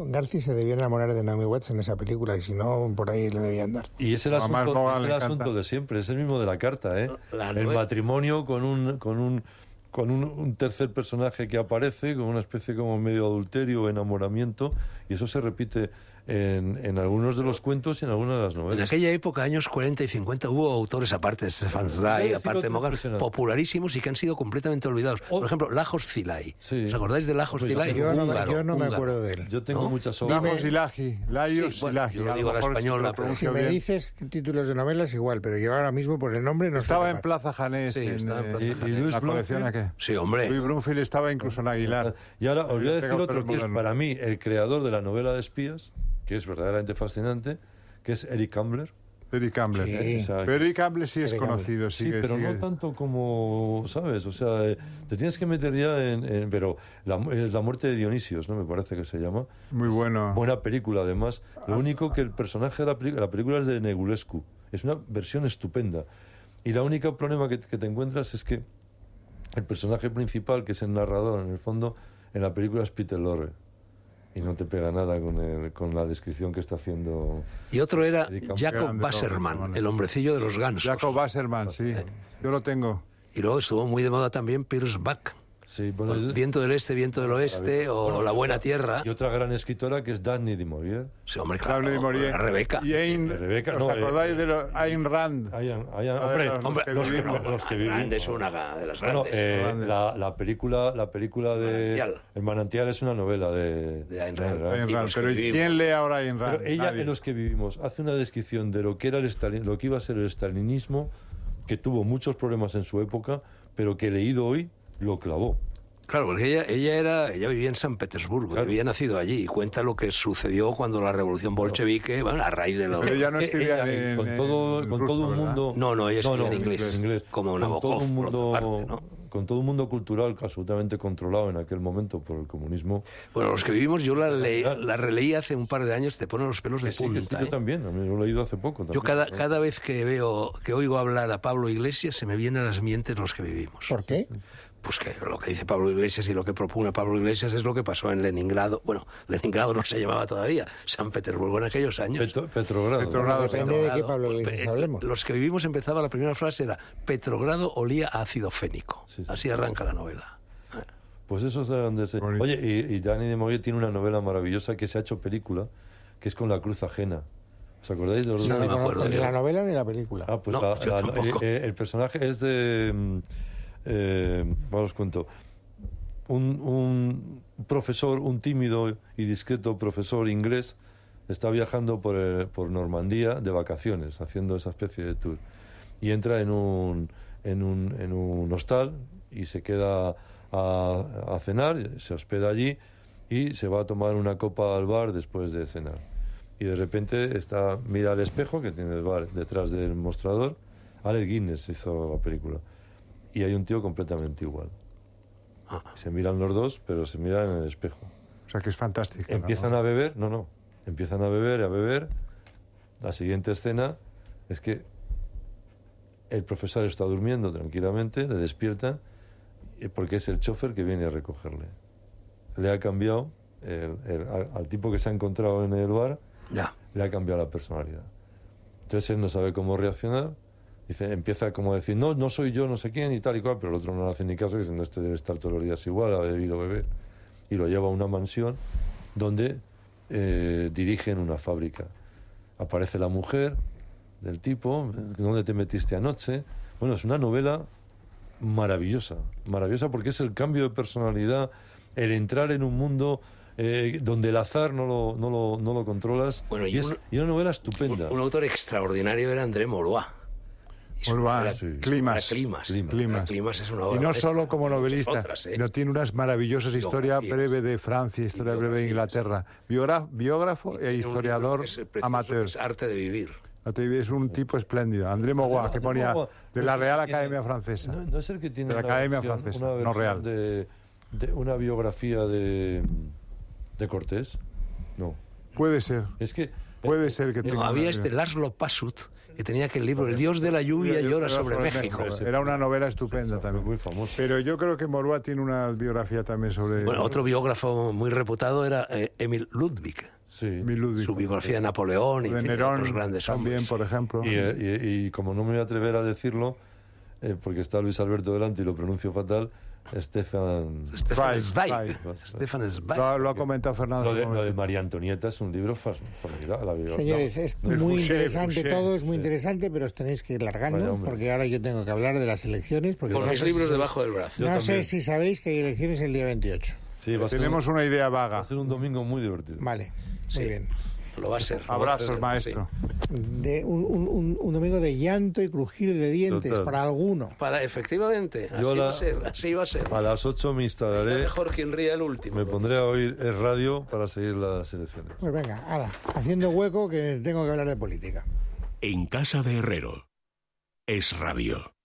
[SPEAKER 1] García se debió enamorar de Naomi Watts en esa película y si no por ahí le debía andar.
[SPEAKER 4] Y es el
[SPEAKER 3] A Mark
[SPEAKER 4] asunto,
[SPEAKER 3] Bogan
[SPEAKER 4] es el
[SPEAKER 3] le encanta.
[SPEAKER 4] asunto de siempre, es el mismo de la carta, ¿eh?
[SPEAKER 2] La
[SPEAKER 4] el
[SPEAKER 2] nue-
[SPEAKER 4] matrimonio con un con un con un, un tercer personaje que aparece, con una especie como medio adulterio, enamoramiento, y eso se repite en, en algunos de los cuentos y en algunas de las
[SPEAKER 2] En
[SPEAKER 4] novelas.
[SPEAKER 2] aquella época, años 40 y 50, hubo autores, aparte de Stefan Zweig,
[SPEAKER 4] decir
[SPEAKER 2] aparte de
[SPEAKER 4] otro
[SPEAKER 2] Mogan,
[SPEAKER 4] impresionante.
[SPEAKER 2] popularísimos y que han sido completamente olvidados. Por
[SPEAKER 4] Oh.
[SPEAKER 2] ejemplo, Lajos Zilai.
[SPEAKER 4] Sí.
[SPEAKER 2] ¿Os acordáis de Lajos
[SPEAKER 4] Pues
[SPEAKER 2] Zilai?
[SPEAKER 1] Yo no, me-
[SPEAKER 2] Húngaro,
[SPEAKER 1] yo no me
[SPEAKER 2] húngaro.
[SPEAKER 1] acuerdo de él.
[SPEAKER 4] Yo tengo
[SPEAKER 2] ¿No?
[SPEAKER 4] muchas obras.
[SPEAKER 3] Lajos y Laji. Laios
[SPEAKER 2] Sí, bueno,
[SPEAKER 3] y Laji.
[SPEAKER 2] yo
[SPEAKER 3] A lo
[SPEAKER 2] digo la
[SPEAKER 3] mejor si
[SPEAKER 2] española,
[SPEAKER 3] lo
[SPEAKER 2] pero-
[SPEAKER 1] Si
[SPEAKER 3] pronuncio
[SPEAKER 1] me
[SPEAKER 3] bien.
[SPEAKER 1] dices títulos de novelas igual, pero yo ahora mismo por el nombre no
[SPEAKER 3] Estaba
[SPEAKER 1] soy
[SPEAKER 3] en
[SPEAKER 1] capaz.
[SPEAKER 3] Plaza Janés.
[SPEAKER 2] Sí,
[SPEAKER 3] en,
[SPEAKER 2] estaba en
[SPEAKER 3] eh,
[SPEAKER 2] Plaza
[SPEAKER 4] Y- y
[SPEAKER 2] Janés.
[SPEAKER 4] Luis
[SPEAKER 3] la colección
[SPEAKER 4] Blumfield.
[SPEAKER 3] aquella.
[SPEAKER 2] Sí, hombre.
[SPEAKER 3] Luis Brunfield estaba incluso en Aguilar.
[SPEAKER 4] Y ahora os voy a decir
[SPEAKER 3] Pega
[SPEAKER 4] otro que es
[SPEAKER 3] moderno.
[SPEAKER 4] para mí el creador de la novela de espías, que es verdaderamente fascinante, que es Eric Ambler.
[SPEAKER 3] Eric Campbell.
[SPEAKER 1] Sí.
[SPEAKER 4] O sea,
[SPEAKER 3] Pero Eric Campbell sí es
[SPEAKER 1] Eric Campbell.
[SPEAKER 3] conocido.
[SPEAKER 4] Sí,
[SPEAKER 3] sigue-
[SPEAKER 4] pero
[SPEAKER 3] sigue-
[SPEAKER 4] no tanto como, ¿sabes? O sea, eh, te tienes que meter ya en... en- pero la, mu- eh, la muerte de Dionisios, ¿no? Me parece que se llama.
[SPEAKER 3] Muy bueno.
[SPEAKER 4] Buena película, además. Lo único que el personaje de la película... La película es de Negulescu. Es una versión estupenda. Y la única problema que, que te encuentras es que el personaje principal, que es el narrador en el fondo, en la película es Peter Lorre. y no te pega nada con, el- con la descripción que está haciendo.
[SPEAKER 2] Y otro era
[SPEAKER 4] Eric Campo.
[SPEAKER 2] Jacob
[SPEAKER 3] Grande,
[SPEAKER 2] Wasserman,
[SPEAKER 3] Robert.
[SPEAKER 2] el hombrecillo de los gansos.
[SPEAKER 3] Jacob Wasserman, sí.
[SPEAKER 4] Eh.
[SPEAKER 3] Yo lo tengo.
[SPEAKER 2] Y luego estuvo muy de moda también Pierce Buck.
[SPEAKER 4] Sí, bueno,
[SPEAKER 2] con
[SPEAKER 4] es-
[SPEAKER 2] Viento del Este, Viento del Oeste o La Buena Tierra.
[SPEAKER 4] y otra gran escritora que es Daphne du Maurier.
[SPEAKER 2] Sí, hombre, claro,
[SPEAKER 3] Daphne du Maurier.
[SPEAKER 2] Rebeca.
[SPEAKER 3] Y Ayn,
[SPEAKER 4] Rebeca,
[SPEAKER 3] ¿Os
[SPEAKER 4] no, eh,
[SPEAKER 3] acordáis de lo- Ayn Rand?
[SPEAKER 4] Hayan- hayan-
[SPEAKER 3] A
[SPEAKER 4] hombre,
[SPEAKER 3] ver, los
[SPEAKER 2] Hombre,
[SPEAKER 3] que
[SPEAKER 4] los, que,
[SPEAKER 3] vivimos.
[SPEAKER 4] los que
[SPEAKER 2] Ayn
[SPEAKER 4] vivimos.
[SPEAKER 2] Rand es una ga- de las
[SPEAKER 4] Bueno,
[SPEAKER 2] grandes.
[SPEAKER 4] eh, la, la película, la película de
[SPEAKER 2] Manantial.
[SPEAKER 4] El Manantial es una novela de,
[SPEAKER 2] De Ayn Rand.
[SPEAKER 3] Ayn
[SPEAKER 2] Y
[SPEAKER 3] Rand.
[SPEAKER 2] los que
[SPEAKER 3] Pero ¿y
[SPEAKER 2] vivimos.
[SPEAKER 3] ¿quién lee ahora Ayn Rand?
[SPEAKER 4] Pero ella
[SPEAKER 3] Nadie.
[SPEAKER 4] en los que vivimos hace una descripción de lo que era el Stalin- lo que iba a ser el estalinismo, que tuvo muchos problemas en su época, pero que leído hoy lo clavó.
[SPEAKER 2] Claro, porque ella, ella era, ella vivía en San Petersburgo,
[SPEAKER 4] Claro.
[SPEAKER 2] había nacido allí y cuenta lo que sucedió cuando la revolución bolchevique, bueno, a raíz de lo
[SPEAKER 3] Pero ya no
[SPEAKER 4] Eh,
[SPEAKER 3] escribía
[SPEAKER 4] ella,
[SPEAKER 3] en-
[SPEAKER 4] con
[SPEAKER 3] en-
[SPEAKER 4] todo,
[SPEAKER 3] en
[SPEAKER 4] con
[SPEAKER 3] ruso,
[SPEAKER 4] todo un
[SPEAKER 3] ¿verdad?
[SPEAKER 4] mundo.
[SPEAKER 2] No, no, ella escribía en inglés, como
[SPEAKER 4] con
[SPEAKER 2] Nabokov,
[SPEAKER 4] todo un
[SPEAKER 2] por
[SPEAKER 4] mundo,
[SPEAKER 2] otra parte, ¿no?
[SPEAKER 4] con todo un mundo cultural absolutamente controlado en aquel momento por el comunismo.
[SPEAKER 2] Bueno, los que vivimos, yo la, leí- la releí hace un par de años, te ponen los pelos de
[SPEAKER 4] Que sí, que sí,
[SPEAKER 2] punta.
[SPEAKER 4] yo
[SPEAKER 2] ¿eh?
[SPEAKER 4] también, a mí lo he leído hace poco.
[SPEAKER 2] Yo
[SPEAKER 4] también,
[SPEAKER 2] cada,
[SPEAKER 4] ¿no?
[SPEAKER 2] cada vez que veo, que oigo hablar a Pablo Iglesias, se me vienen a las mientes los que vivimos.
[SPEAKER 1] ¿Por qué?
[SPEAKER 2] Pues que lo que dice Pablo Iglesias y lo que propone Pablo Iglesias es lo que pasó en Leningrado. Bueno, Leningrado no se llamaba todavía, San Petersburgo en aquellos años.
[SPEAKER 4] Petro- Petrogrado.
[SPEAKER 3] Petrogrado.
[SPEAKER 1] Depende de Eh, qué Pablo Iglesias
[SPEAKER 2] Pe-
[SPEAKER 1] hablemos.
[SPEAKER 2] Los que vivimos empezaba la primera frase era Petrogrado olía a ácido fénico.
[SPEAKER 4] Sí, sí.
[SPEAKER 2] Así arranca la novela.
[SPEAKER 4] Pues eso es de donde se...
[SPEAKER 3] Bonito.
[SPEAKER 4] Oye, y, y Dani de Moguer tiene una novela maravillosa que se ha hecho película, que es con la cruz ajena. ¿Os acordáis de los
[SPEAKER 2] No,
[SPEAKER 4] dos?
[SPEAKER 2] me
[SPEAKER 1] Ni
[SPEAKER 2] acuerdo
[SPEAKER 1] ni
[SPEAKER 2] yo.
[SPEAKER 1] la novela ni la película.
[SPEAKER 4] Ah, pues
[SPEAKER 2] No,
[SPEAKER 4] la-
[SPEAKER 2] yo
[SPEAKER 4] la-
[SPEAKER 2] tampoco.
[SPEAKER 4] eh, eh, el personaje es de. mm, eh, vamos, cuento. Un, un profesor, un tímido y discreto profesor inglés, está viajando por, eh, por Normandía de vacaciones, haciendo esa especie de tour. Y entra en un, en un, en un hostal y se queda a, a cenar, se hospeda allí y se va a tomar una copa al bar después de cenar. Y de repente está, mira al espejo que tiene el bar detrás del mostrador. Alec Guinness hizo la película. Y hay un tío completamente igual.
[SPEAKER 2] Ah.
[SPEAKER 4] Se miran los dos, pero se miran en el espejo.
[SPEAKER 3] O sea que es fantástico. ¿no?
[SPEAKER 4] Empiezan a beber, no, no. Empiezan a beber, a beber. La siguiente escena es que el profesor está durmiendo tranquilamente, le despiertan, eh, porque es el chofer que viene a recogerle. Le ha cambiado el- el- al- al tipo que se ha encontrado en el bar,
[SPEAKER 2] Ya.
[SPEAKER 4] le ha cambiado la personalidad. Entonces él no sabe cómo reaccionar. Dice, empieza como a decir, no, no soy yo, no sé quién y tal y cual, pero el otro no le hace ni caso, diciendo, este debe estar todos los días igual, ha debido beber. Y lo lleva a una mansión donde eh, dirigen una fábrica. Aparece la mujer del tipo, ¿dónde te metiste anoche? Bueno, es una novela maravillosa, maravillosa porque es el cambio de personalidad, el entrar en un mundo eh, donde el azar no lo, no lo, no lo controlas.
[SPEAKER 2] Bueno, y
[SPEAKER 4] y, es,
[SPEAKER 2] un-
[SPEAKER 4] y una novela estupenda.
[SPEAKER 2] Un autor extraordinario era André Morois. Y su
[SPEAKER 3] Morois,
[SPEAKER 2] novela-
[SPEAKER 3] Pues sí.
[SPEAKER 2] su novela
[SPEAKER 3] Climas.
[SPEAKER 2] Climas.
[SPEAKER 4] Climas.
[SPEAKER 2] Climas. es una obra
[SPEAKER 3] Y no
[SPEAKER 2] maestra,
[SPEAKER 3] solo como
[SPEAKER 2] muchas
[SPEAKER 3] novelista,
[SPEAKER 2] otras, ¿eh?
[SPEAKER 3] sino tiene unas maravillosas historias
[SPEAKER 2] Biografías.
[SPEAKER 3] breve de Francia, historia breve de Inglaterra. Biogra- biógrafo e
[SPEAKER 2] Tiene un libro
[SPEAKER 3] historiador
[SPEAKER 2] que es precioso,
[SPEAKER 3] amateur.
[SPEAKER 2] que Es arte de vivir.
[SPEAKER 3] Es un tipo espléndido. André Mogua, que ponía de la Real Academia Francesa.
[SPEAKER 4] No, no es el que tiene
[SPEAKER 3] De la
[SPEAKER 4] una
[SPEAKER 3] Academia
[SPEAKER 4] versión-
[SPEAKER 3] Francesa,
[SPEAKER 4] una
[SPEAKER 3] no
[SPEAKER 4] versión
[SPEAKER 3] real.
[SPEAKER 4] De, de una biografía de, de Cortés. No.
[SPEAKER 3] Puede ser.
[SPEAKER 4] Es que. eh,
[SPEAKER 3] Puede ser que
[SPEAKER 2] No,
[SPEAKER 3] tenga
[SPEAKER 2] había
[SPEAKER 3] una-
[SPEAKER 2] este Laszlo Pasut, que tenía aquel libro, El dios de la lluvia llora sobre México.
[SPEAKER 3] Era una novela estupenda también.
[SPEAKER 4] muy famosa.
[SPEAKER 3] Pero yo creo que Morúa tiene una biografía también sobre
[SPEAKER 2] Bueno, otro biógrafo muy reputado era eh, Emil Ludwig.
[SPEAKER 4] Sí.
[SPEAKER 3] mi Ludwig.
[SPEAKER 2] Su biografía de Napoleón y
[SPEAKER 3] eh, de
[SPEAKER 2] en fin, de otros
[SPEAKER 3] Nerón
[SPEAKER 2] grandes
[SPEAKER 3] también,
[SPEAKER 2] hombres.
[SPEAKER 3] por ejemplo.
[SPEAKER 4] Y, eh, y- y como no me voy a atrever a decirlo, eh, porque está Luis Alberto delante y lo pronuncio fatal, Estefan.
[SPEAKER 2] Stefan
[SPEAKER 3] Zweig,
[SPEAKER 2] Zweig.
[SPEAKER 4] Zweig.
[SPEAKER 2] Stefan Zweig.
[SPEAKER 3] Lo, lo ha comentado Fernando.
[SPEAKER 4] Lo de,
[SPEAKER 3] hace un
[SPEAKER 4] lo de
[SPEAKER 3] momento.
[SPEAKER 4] María Antonieta es un libro fa- formidable. la biografía.
[SPEAKER 1] Señores, es
[SPEAKER 3] El
[SPEAKER 1] muy
[SPEAKER 3] Fouché,
[SPEAKER 1] interesante
[SPEAKER 3] Fouché,
[SPEAKER 1] todo, es muy
[SPEAKER 4] sí.
[SPEAKER 1] interesante, pero os tenéis que ir
[SPEAKER 4] Vaya,
[SPEAKER 1] largando
[SPEAKER 4] hombre.
[SPEAKER 1] porque ahora yo tengo que hablar de las elecciones. Porque
[SPEAKER 2] Con
[SPEAKER 1] no
[SPEAKER 2] los
[SPEAKER 1] sé-
[SPEAKER 2] libros debajo del brazo.
[SPEAKER 4] Yo
[SPEAKER 1] No sé
[SPEAKER 4] también.
[SPEAKER 1] si sabéis que hay elecciones el día 28.
[SPEAKER 4] Sí, va a ser-
[SPEAKER 3] Tenemos una idea
[SPEAKER 4] va
[SPEAKER 3] vaga.
[SPEAKER 4] a ser un domingo muy divertido.
[SPEAKER 1] Vale,
[SPEAKER 2] Sí.
[SPEAKER 1] muy bien.
[SPEAKER 2] Lo va a ser. lo va a
[SPEAKER 3] Abrazos,
[SPEAKER 2] ser,
[SPEAKER 3] maestro.
[SPEAKER 2] sí.
[SPEAKER 1] De un, un- un- un domingo de llanto y crujir de dientes
[SPEAKER 4] Total.
[SPEAKER 1] para alguno.
[SPEAKER 2] Para, efectivamente, así
[SPEAKER 4] Yo la-
[SPEAKER 2] va a ser. Así va a ser.
[SPEAKER 4] A las 8 me
[SPEAKER 2] Está
[SPEAKER 4] instalaré,
[SPEAKER 2] Mejor quien ría el último.
[SPEAKER 4] me pondré a oír el radio para seguir las elecciones.
[SPEAKER 1] Pues venga, ahora, haciendo hueco que tengo que hablar de política.
[SPEAKER 5] En casa de Herrero. Es radio.